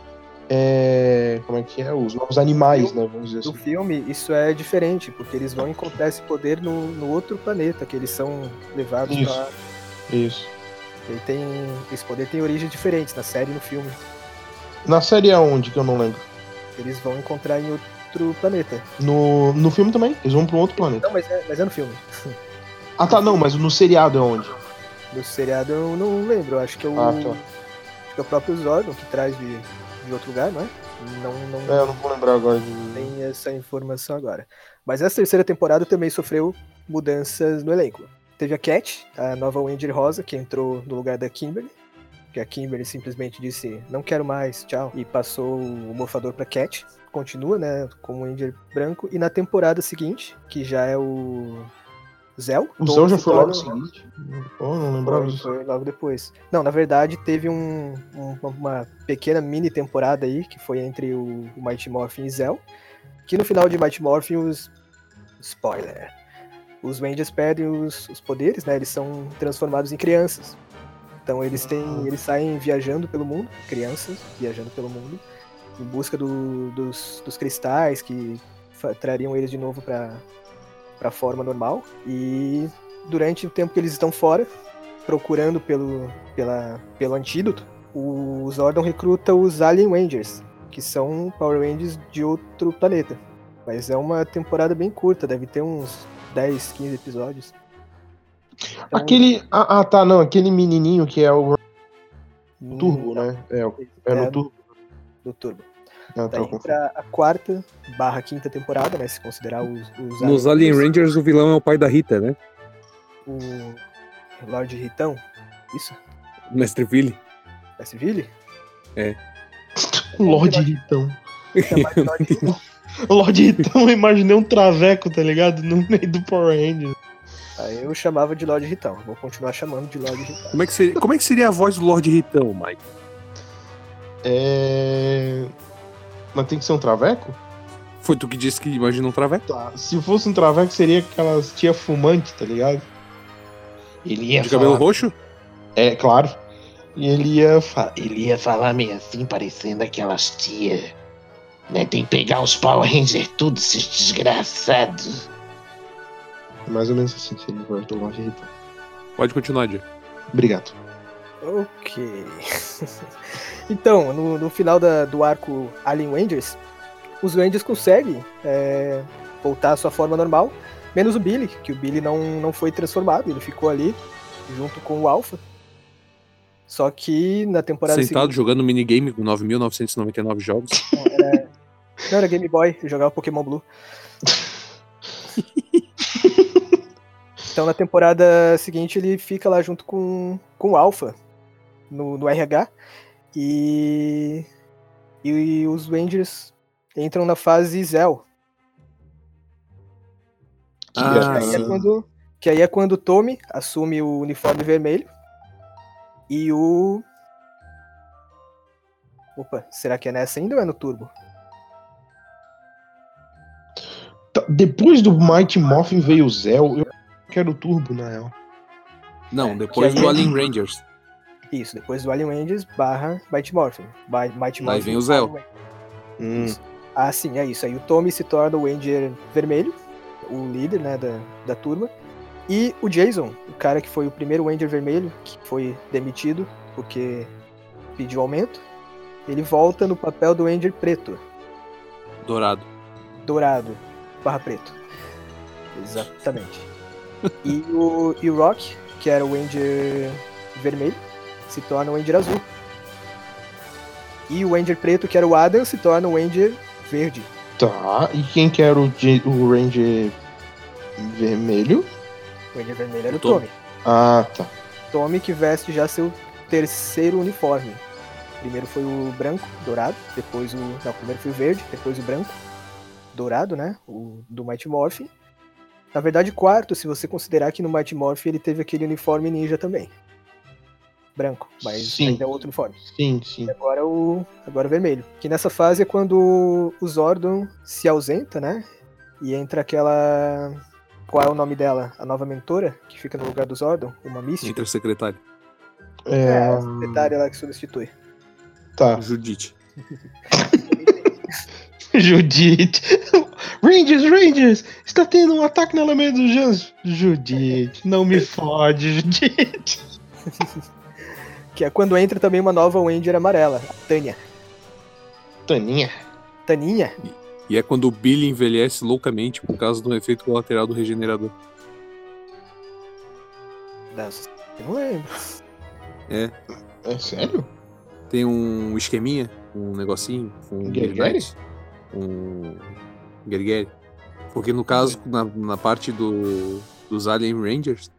[SPEAKER 4] é, como é que é? Os novos animais, né? Vamos dizer assim.
[SPEAKER 3] No filme, isso é diferente, porque eles vão encontrar esse poder no, no outro planeta, que eles são levados
[SPEAKER 4] Isso.
[SPEAKER 3] pra.
[SPEAKER 4] Isso.
[SPEAKER 3] Ele tem, esse poder tem origens diferentes na série e no filme.
[SPEAKER 4] Na série aonde que eu não lembro?
[SPEAKER 3] Eles vão encontrar em outro planeta.
[SPEAKER 4] No, no filme também? Eles vão pra um outro planeta.
[SPEAKER 3] Não, mas é, mas é no filme.
[SPEAKER 4] Ah tá, não, mas no seriado é onde?
[SPEAKER 3] Do seriado eu não lembro, eu acho que é o,
[SPEAKER 4] Ah, tá.
[SPEAKER 3] acho que é o próprio Zordon que traz de, de outro lugar, não é? Não, não
[SPEAKER 4] É, eu não vou lembrar agora de.
[SPEAKER 3] tem essa informação agora. Mas essa terceira temporada também sofreu mudanças no elenco. Teve a Cat, a nova Wendy Rosa, que entrou no lugar da Kimberly, que a Kimberly simplesmente disse não quero mais, tchau, e passou o mofador pra Cat. Continua, né, com o Ranger branco. E na temporada seguinte, que já é o Zel.
[SPEAKER 4] O
[SPEAKER 3] Tom
[SPEAKER 4] Zão já
[SPEAKER 3] se
[SPEAKER 4] foi logo
[SPEAKER 3] torna-
[SPEAKER 4] seguinte? Oh, não lembrava
[SPEAKER 3] foi,
[SPEAKER 4] disso.
[SPEAKER 3] foi logo depois. Não, na verdade teve um- um- uma pequena mini temporada aí, que foi entre o, o Mighty Morphin e Zell, que no final de Mighty Morphin os... Spoiler. Os Rangers perdem os, os poderes, né? Eles são transformados em crianças. Então
[SPEAKER 4] Ah.
[SPEAKER 3] eles têm, eles saem viajando pelo mundo, crianças viajando pelo mundo, em busca do- dos, dos cristais que fa- trariam eles de novo para a forma normal. E durante o tempo que eles estão fora, procurando pelo, pela, pelo antídoto, o Zordon recruta os Alien Rangers, que são Power Rangers de outro planeta. Mas é uma temporada bem curta, deve ter uns 10, 15 episódios. Então,
[SPEAKER 4] Aquele. Ah, ah, tá, não. Aquele menininho que é o
[SPEAKER 3] hum,
[SPEAKER 4] Turbo,
[SPEAKER 3] não,
[SPEAKER 4] né? É, o-
[SPEAKER 3] É,
[SPEAKER 4] é no Turbo.
[SPEAKER 3] do Turbo.
[SPEAKER 4] Não,
[SPEAKER 3] Tá
[SPEAKER 4] tô
[SPEAKER 3] indo
[SPEAKER 4] Então, com...
[SPEAKER 3] pra a quarta barra quinta temporada, né? Se considerar os, os
[SPEAKER 10] Nos Alien
[SPEAKER 3] amigos,
[SPEAKER 10] Rangers, o vilão é o pai da Rita, né?
[SPEAKER 3] O Lorde Ritão. Isso?
[SPEAKER 10] O Mestre Billy.
[SPEAKER 3] É Civile?
[SPEAKER 4] Lorde Ritão. Lorde Ritão, eu imaginei um traveco, tá ligado? No meio do Power Rangers.
[SPEAKER 3] Aí eu chamava de Lorde Ritão. Vou continuar chamando de Lorde Ritão.
[SPEAKER 5] Como é que seria, como é que seria a voz do Lorde Ritão, Mike?
[SPEAKER 4] É. Mas tem que ser um traveco?
[SPEAKER 5] Foi tu que disse que imagina um traveco?
[SPEAKER 4] Tá. Se fosse um traveco, seria aquelas tia fumante, tá ligado?
[SPEAKER 11] Ele ia
[SPEAKER 5] De cabelo
[SPEAKER 11] falar,
[SPEAKER 5] roxo?
[SPEAKER 4] É, claro. E ele ia falar.
[SPEAKER 11] ele ia falar meio assim, parecendo aquelas tia. Né, tem que pegar os Power Rangers tudo, esses desgraçados.
[SPEAKER 4] Mais ou menos assim seria a voz do Lorde Ritão.
[SPEAKER 5] Pode continuar, Diego.
[SPEAKER 4] Obrigado.
[SPEAKER 3] Ok. então, no, no final da- do arco Alien Rangers, os Rangers conseguem é, voltar à sua forma normal, menos o Billy, que o Billy não, não foi transformado, ele ficou ali junto com o Alpha. Só que na temporada
[SPEAKER 5] Sentado jogando minigame com 9.999 jogos.
[SPEAKER 3] seguinte. Não era Game Boy, eu jogava Pokémon Blue. então na temporada seguinte ele fica lá junto com, com o Alpha no, no RH. E, e os Rangers entram na fase Zell.
[SPEAKER 5] Ah,
[SPEAKER 3] Que aí, é
[SPEAKER 5] sim.
[SPEAKER 3] quando, que aí é quando o Tommy assume o uniforme vermelho. E o. Opa, será que é nessa ainda ou é no Turbo?
[SPEAKER 4] Tá, Depois do Mighty Morphin veio o Zell. Eu quero o Turbo, na real.
[SPEAKER 5] Não, depois do Alien Rangers.
[SPEAKER 3] Isso, depois do Alien Angels barra Mighty Morphin. Ba- Mighty
[SPEAKER 5] Aí
[SPEAKER 3] Morphin
[SPEAKER 5] vem o Zell.
[SPEAKER 3] Alien Angels.
[SPEAKER 5] Hum.
[SPEAKER 3] Ah, sim, é isso. Aí o Tommy se torna o Ranger vermelho, o líder né, da, da turma. E o Jason, o cara que foi o primeiro Ranger vermelho, que foi demitido porque pediu aumento, ele volta no papel do Ranger preto.
[SPEAKER 5] Dourado.
[SPEAKER 3] dourado, barra preto. Exatamente. e, o, e o Rock, que era o Ranger vermelho, se torna o Ranger azul. E o Ranger preto, que era o Adam, se torna o Ranger verde.
[SPEAKER 4] Tá. E quem que era o, J- o Ranger vermelho?
[SPEAKER 3] O Ranger vermelho era o
[SPEAKER 5] O Tommy.
[SPEAKER 3] Tommy.
[SPEAKER 4] Ah, tá.
[SPEAKER 3] Tommy que veste já seu terceiro uniforme. Primeiro foi o branco, dourado, depois o. Não, primeiro foi o verde, depois o branco, dourado, né? O do Mighty Morphin. Na verdade, quarto, se você considerar que no Mighty Morphin ele teve aquele uniforme ninja também. Branco, mas
[SPEAKER 4] Sim.
[SPEAKER 3] ainda é outro uniforme.
[SPEAKER 4] Sim, sim.
[SPEAKER 3] E agora o. Agora o vermelho. Que nessa fase é quando o Zordon se ausenta, né? E entra aquela. Qual é o nome dela? A nova mentora que fica no lugar do Zordon? Uma mística?
[SPEAKER 5] Entre o secretário.
[SPEAKER 3] É,
[SPEAKER 4] É,
[SPEAKER 3] a
[SPEAKER 5] um
[SPEAKER 3] secretária lá que substitui.
[SPEAKER 4] tá.
[SPEAKER 5] Judite.
[SPEAKER 4] Judite. Rangers, Rangers! Está tendo um ataque no elemento dos Jans. Judite, não me fode, Judite.
[SPEAKER 3] Que é quando entra também uma nova Ranger amarela, a Tânia.
[SPEAKER 4] Toninha.
[SPEAKER 3] Taninha?
[SPEAKER 5] E é quando o Billy envelhece loucamente por causa do efeito colateral do regenerador.
[SPEAKER 3] Das- Eu não lembro.
[SPEAKER 4] É sério?
[SPEAKER 5] Tem um esqueminha, um negocinho, um
[SPEAKER 4] Guergueri?
[SPEAKER 5] gabinete, um Guergueri. Porque no caso, na, na parte do, dos Alien Rangers,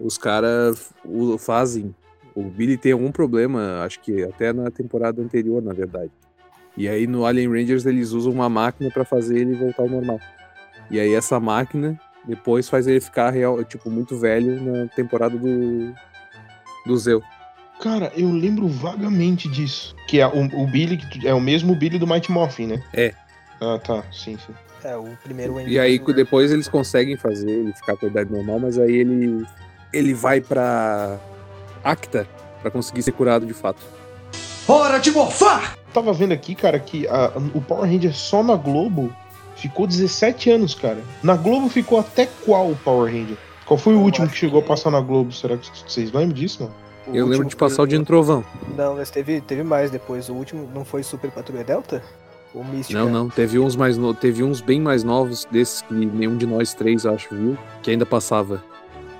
[SPEAKER 5] os caras o- fazem. O Billy tem algum problema, acho que até na temporada anterior, na verdade. E aí no Alien Rangers eles usam uma máquina pra fazer ele voltar ao normal. E aí essa máquina depois faz ele ficar real, tipo muito velho na temporada do do Zeu.
[SPEAKER 4] Cara, eu lembro vagamente disso. Que é o, o Billy, que tu- é o mesmo Billy do Mighty Morphin, né?
[SPEAKER 5] É.
[SPEAKER 4] Ah, tá. Sim, sim.
[SPEAKER 3] É, o primeiro Ranger.
[SPEAKER 5] E aí
[SPEAKER 3] azul.
[SPEAKER 5] cu- depois eles conseguem fazer ele ficar com a idade normal, mas aí ele ele vai pra Acta pra conseguir ser curado de fato.
[SPEAKER 12] Hora de morfar!
[SPEAKER 4] Tava vendo aqui, cara, que a- o Power Ranger só na Globo ficou 17 anos, cara. Na Globo ficou até qual o Power Ranger? Qual foi o
[SPEAKER 3] Eu
[SPEAKER 4] último
[SPEAKER 3] acho
[SPEAKER 4] que chegou
[SPEAKER 3] que-
[SPEAKER 4] a passar na Globo? Será que vocês lembram disso, mano?
[SPEAKER 3] O
[SPEAKER 5] Eu lembro
[SPEAKER 3] último
[SPEAKER 5] de passar o
[SPEAKER 3] foi
[SPEAKER 5] dia no trovão.
[SPEAKER 3] Não, mas teve, teve mais depois. O último não foi Super Patrulha Delta? O Mística?
[SPEAKER 5] Não, não, teve uns mais no... teve uns bem mais novos desses que nenhum de nós três acho viu, que ainda passava.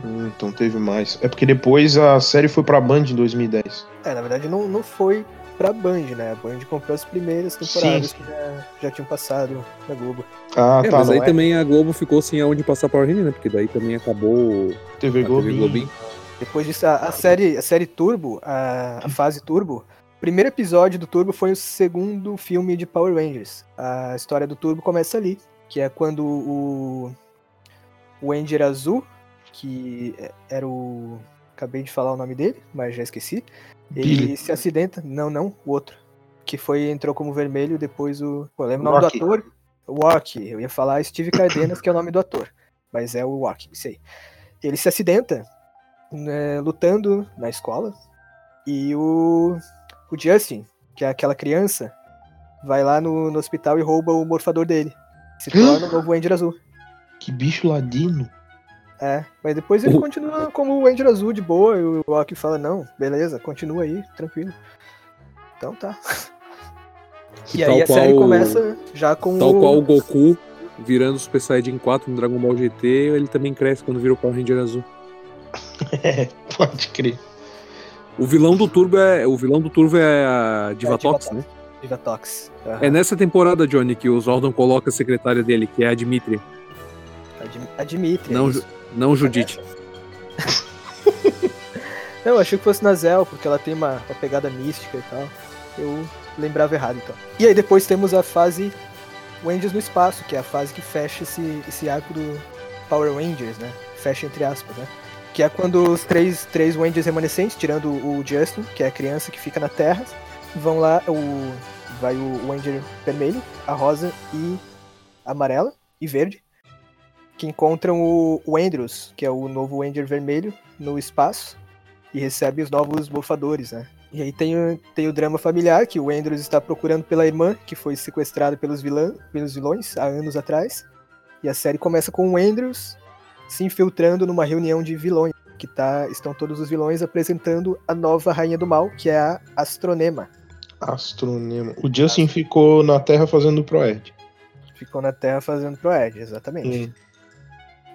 [SPEAKER 4] Hum, então teve mais. É porque depois a série foi pra Band em 2010.
[SPEAKER 3] É, na verdade não, não foi pra Band, né? A Band comprou as primeiras temporadas que já, já tinham passado na Globo.
[SPEAKER 4] Ah,
[SPEAKER 5] é,
[SPEAKER 4] tá.
[SPEAKER 5] mas
[SPEAKER 4] Não
[SPEAKER 5] aí
[SPEAKER 4] é
[SPEAKER 5] também a Globo ficou sem aonde passar Power Ranger, né? Porque daí também acabou
[SPEAKER 4] TV
[SPEAKER 5] a TV
[SPEAKER 4] Globinho.
[SPEAKER 5] Globinho.
[SPEAKER 3] Depois disso, a, a série, a série Turbo, a, a fase Turbo, o primeiro episódio do Turbo foi o segundo filme de Power Rangers. A história do Turbo começa ali, que é quando o, o Ranger Azul, que é- era o... Acabei de falar o nome dele, mas já esqueci. Ele
[SPEAKER 4] Billy.
[SPEAKER 3] se acidenta. Não, não, o outro. Que foi, entrou como vermelho, depois o... Pô, lembra o nome do
[SPEAKER 4] Rocky.
[SPEAKER 3] ator? Walk. Eu ia falar Steve Cardenas, que é o nome do ator. Mas é o Walk, isso aí. Ele se acidenta né, lutando na escola. E o, o Justin, que é aquela criança, vai lá no, no hospital e rouba o morfador dele. Se torna o novo Ranger Azul.
[SPEAKER 4] Que bicho ladino.
[SPEAKER 3] É, mas depois ele continua como o Ranger Azul de boa. E o Loki fala: Não, beleza, continua aí, tranquilo. Então tá. E, aí
[SPEAKER 5] tal
[SPEAKER 3] a série
[SPEAKER 5] qual-
[SPEAKER 3] começa já com
[SPEAKER 5] Tal
[SPEAKER 3] o.
[SPEAKER 5] qual o Goku virando Super Saiyajin 4 no Dragon Ball GT, ele também cresce quando vira o Power Ranger azul.
[SPEAKER 4] Pode crer.
[SPEAKER 5] O vilão do Turbo é. O vilão do Turbo é a Divatox,
[SPEAKER 3] Divatox.
[SPEAKER 5] né?
[SPEAKER 3] Divatox. Aham.
[SPEAKER 5] É nessa temporada, Johnny, que o Zordon coloca a secretária dele, que é a Dmitri,
[SPEAKER 3] Admi- Admite.
[SPEAKER 5] É. Não,
[SPEAKER 3] é isso.
[SPEAKER 5] não Judite.
[SPEAKER 3] Não, eu achei que fosse na Zel, porque ela tem uma, uma pegada mística e tal. Eu lembrava errado, então. E aí depois temos a fase Rangers no espaço, que é a fase que fecha esse, esse arco do Power Rangers, né? Fecha entre aspas, né? Que é quando os três, três Rangers remanescentes, tirando o Justin, que é a criança que fica na Terra, vão lá, o, vai o Ranger vermelho, a rosa e a amarela e verde, que encontram o, o Andrews, que é o novo Ranger vermelho, no espaço e recebe os novos morfadores, né? E aí tem o, tem o drama familiar, que o Andrews está procurando pela irmã, que foi sequestrada pelos, vilã, pelos vilões há anos atrás. E a série começa com o Andrews se infiltrando numa reunião de vilões, que tá, estão todos os vilões apresentando a nova Rainha do Mal, que é a Astronema.
[SPEAKER 4] Astronema.
[SPEAKER 3] Tá.
[SPEAKER 4] O Justin ficou na Terra fazendo Proerd.
[SPEAKER 3] Ficou na Terra fazendo Proed, exatamente.
[SPEAKER 4] Hum.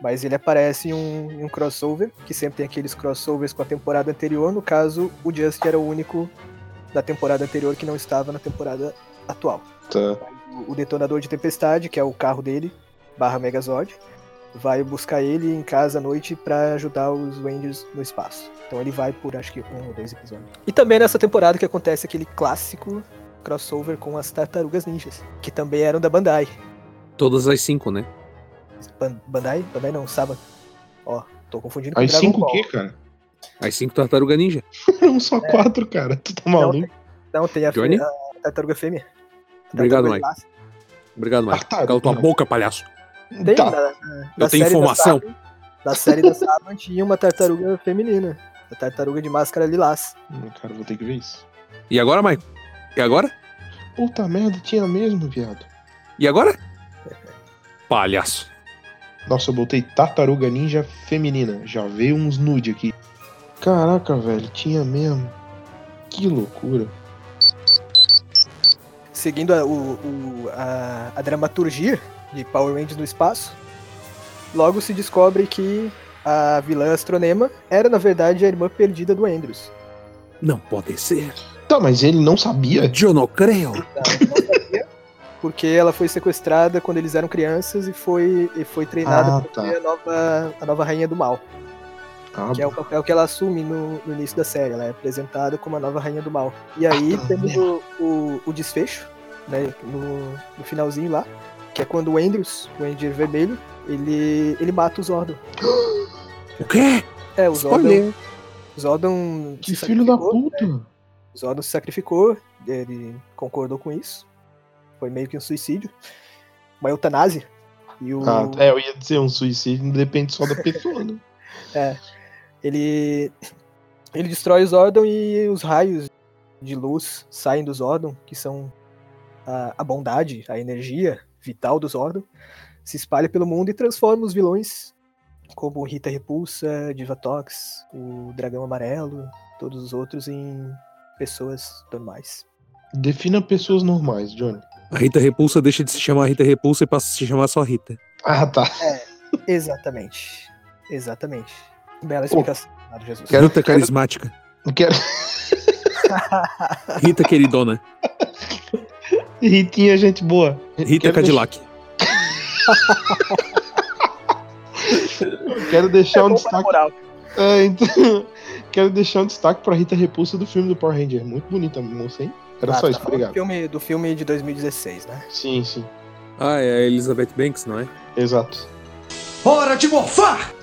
[SPEAKER 3] Mas ele aparece em um, em um crossover, que sempre tem aqueles crossovers com a temporada anterior. No caso, o Justin era o único da temporada anterior que não estava na temporada atual.
[SPEAKER 4] Tá.
[SPEAKER 3] O- O detonador de tempestade, que é o carro dele, barra Megazord, vai buscar ele em casa à noite pra ajudar os Rangers no espaço. Então ele vai por acho que um ou dois episódios. E também nessa temporada que acontece aquele clássico crossover com as tartarugas ninjas, que também eram da Bandai.
[SPEAKER 5] Todas as cinco, né?
[SPEAKER 3] Ban- Bandai? Bandai não, Saba. Ó, tô confundindo
[SPEAKER 4] As
[SPEAKER 3] Dragon
[SPEAKER 4] cinco o
[SPEAKER 3] Ball. É.
[SPEAKER 4] quê, cara?
[SPEAKER 5] As cinco tartaruga ninja.
[SPEAKER 4] Eram só quatro, cara. Tu tá maluco?
[SPEAKER 3] Não, tem a, fe-
[SPEAKER 5] Johnny?
[SPEAKER 3] a tartaruga fêmea. A tartaruga
[SPEAKER 5] Obrigado, Mike.
[SPEAKER 3] elástica.
[SPEAKER 5] Obrigado, Mike.
[SPEAKER 4] Tartaruga.
[SPEAKER 5] Cala tua boca, palhaço.
[SPEAKER 3] Tem,
[SPEAKER 4] Tá.
[SPEAKER 3] na-
[SPEAKER 5] Eu
[SPEAKER 3] Na
[SPEAKER 5] tenho
[SPEAKER 3] série da
[SPEAKER 5] informação.
[SPEAKER 3] Saban- Na série da Saban tinha uma tartaruga feminina. A tartaruga de máscara lilás.
[SPEAKER 4] Hum, Cara, vou ter que ver isso.
[SPEAKER 5] E agora, Mike? E agora?
[SPEAKER 4] Puta merda, tinha mesmo, viado.
[SPEAKER 5] E agora? Palhaço.
[SPEAKER 4] Nossa, eu botei tartaruga ninja feminina. Já veio uns nude aqui. Caraca, velho, tinha mesmo. Que loucura.
[SPEAKER 3] Seguindo a, o- o- a- a dramaturgia de Power Rangers no espaço, logo se descobre que a vilã Astronema era, na verdade, a irmã perdida do Andrews.
[SPEAKER 5] Não pode ser.
[SPEAKER 4] Tá, mas ele não sabia?
[SPEAKER 5] Eu não creio.
[SPEAKER 3] Porque ela foi sequestrada quando eles eram crianças e foi, e foi treinada
[SPEAKER 4] Ah,
[SPEAKER 3] para
[SPEAKER 4] tá.
[SPEAKER 3] ser a nova, a nova rainha do mal.
[SPEAKER 4] Ah,
[SPEAKER 3] Que é o papel que ela assume no, no início da série. Ela é apresentada como a nova rainha do mal. E aí
[SPEAKER 4] Ah,
[SPEAKER 3] temos o, o, o desfecho, né? No, no finalzinho lá. Que é quando o Andrews, o Andrew vermelho, ele, ele mata o Zordon.
[SPEAKER 5] O quê?
[SPEAKER 3] É, o Zordon.
[SPEAKER 4] um-
[SPEAKER 5] Spoiler.
[SPEAKER 3] Zordon
[SPEAKER 4] que
[SPEAKER 3] se
[SPEAKER 4] filho da
[SPEAKER 3] sacrificou,
[SPEAKER 4] puta.
[SPEAKER 3] O Zordon se sacrificou, ele concordou com isso. Foi meio que um suicídio. Uma eutanásia. E o,
[SPEAKER 4] Ah, é, eu ia dizer um suicídio, não depende só da pessoa, né?
[SPEAKER 3] Ele ele destrói os Zordon e os raios de luz saem dos Zordon, que são a, a bondade, a energia vital dos Zordon, se espalha pelo mundo e transforma os vilões como Rita Repulsa, Divatox, o Dragão Amarelo, todos os outros em pessoas normais.
[SPEAKER 4] Defina pessoas normais, Johnny.
[SPEAKER 5] A Rita Repulsa deixa de se chamar Rita Repulsa e passa a se chamar só Rita.
[SPEAKER 4] Ah, tá.
[SPEAKER 3] Exatamente. Exatamente. Bela explicação, Leonardo Jesus.
[SPEAKER 4] Quero-
[SPEAKER 5] Rita carismática.
[SPEAKER 4] Quero...
[SPEAKER 7] Rita queridona.
[SPEAKER 4] Ritinha, gente boa.
[SPEAKER 7] Rita
[SPEAKER 5] é
[SPEAKER 4] Quero
[SPEAKER 7] Cadillac.
[SPEAKER 4] Quero deixar um
[SPEAKER 3] É bom pra
[SPEAKER 4] destaque.
[SPEAKER 3] moral.
[SPEAKER 4] É, então, quero deixar um destaque pra Rita Repulsa do filme do Power Ranger. Muito bonita, moça, hein? Era
[SPEAKER 3] Ah,
[SPEAKER 4] só
[SPEAKER 3] tá
[SPEAKER 4] isso,
[SPEAKER 3] falando do
[SPEAKER 4] obrigado.
[SPEAKER 3] filme, do filme de 2016, né?
[SPEAKER 4] Sim, sim.
[SPEAKER 7] Ah, é a Elizabeth Banks, não é?
[SPEAKER 4] Exato.
[SPEAKER 6] Hora de morfar!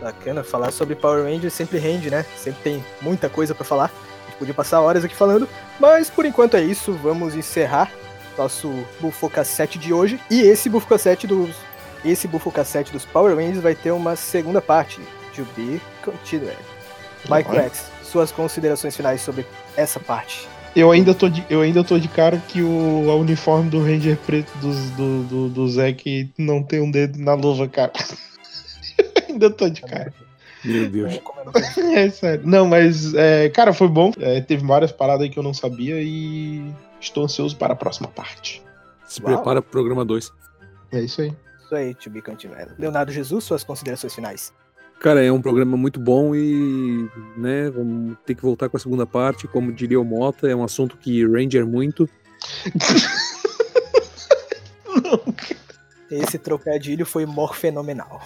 [SPEAKER 3] Bacana, falar sobre Power Rangers sempre rende, né? Sempre tem muita coisa pra falar. A gente podia passar horas aqui falando, mas por enquanto é isso. Vamos encerrar nosso Bufo Cassete de hoje. E esse Bufo Cassete dos, esse Bufo Cassete dos Power Rangers vai ter uma segunda parte. To be continued. Mike
[SPEAKER 4] Olha.
[SPEAKER 3] Rex, suas considerações finais sobre essa parte.
[SPEAKER 4] Eu ainda tô de, eu ainda tô de cara que o a uniforme do Ranger preto dos- do, do, do Zack não tem um dedo na luva, cara. ainda tô de cara.
[SPEAKER 7] Meu Deus.
[SPEAKER 4] É sério. Não, mas, é, cara, foi bom. É, teve várias paradas aí que eu não sabia e estou ansioso para a próxima parte.
[SPEAKER 7] Se
[SPEAKER 3] Uau.
[SPEAKER 7] prepara pro programa 2.
[SPEAKER 4] É isso aí.
[SPEAKER 3] Isso aí, to be continued. Leonardo Jesus, suas considerações finais.
[SPEAKER 7] Cara, é um programa muito bom e, né, vamos ter que voltar com a segunda parte. Como diria o Mota, é um assunto que Ranger muito.
[SPEAKER 3] Esse trocadilho foi morfenomenal.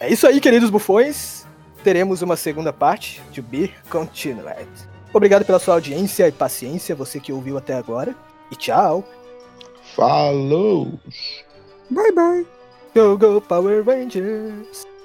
[SPEAKER 3] é isso aí, queridos bufões. Teremos uma segunda parte de Be Continued. Obrigado pela sua audiência e paciência, você que ouviu até agora. E tchau.
[SPEAKER 4] Falou!
[SPEAKER 7] Bye, bye.
[SPEAKER 3] Go, go, Power Rangers!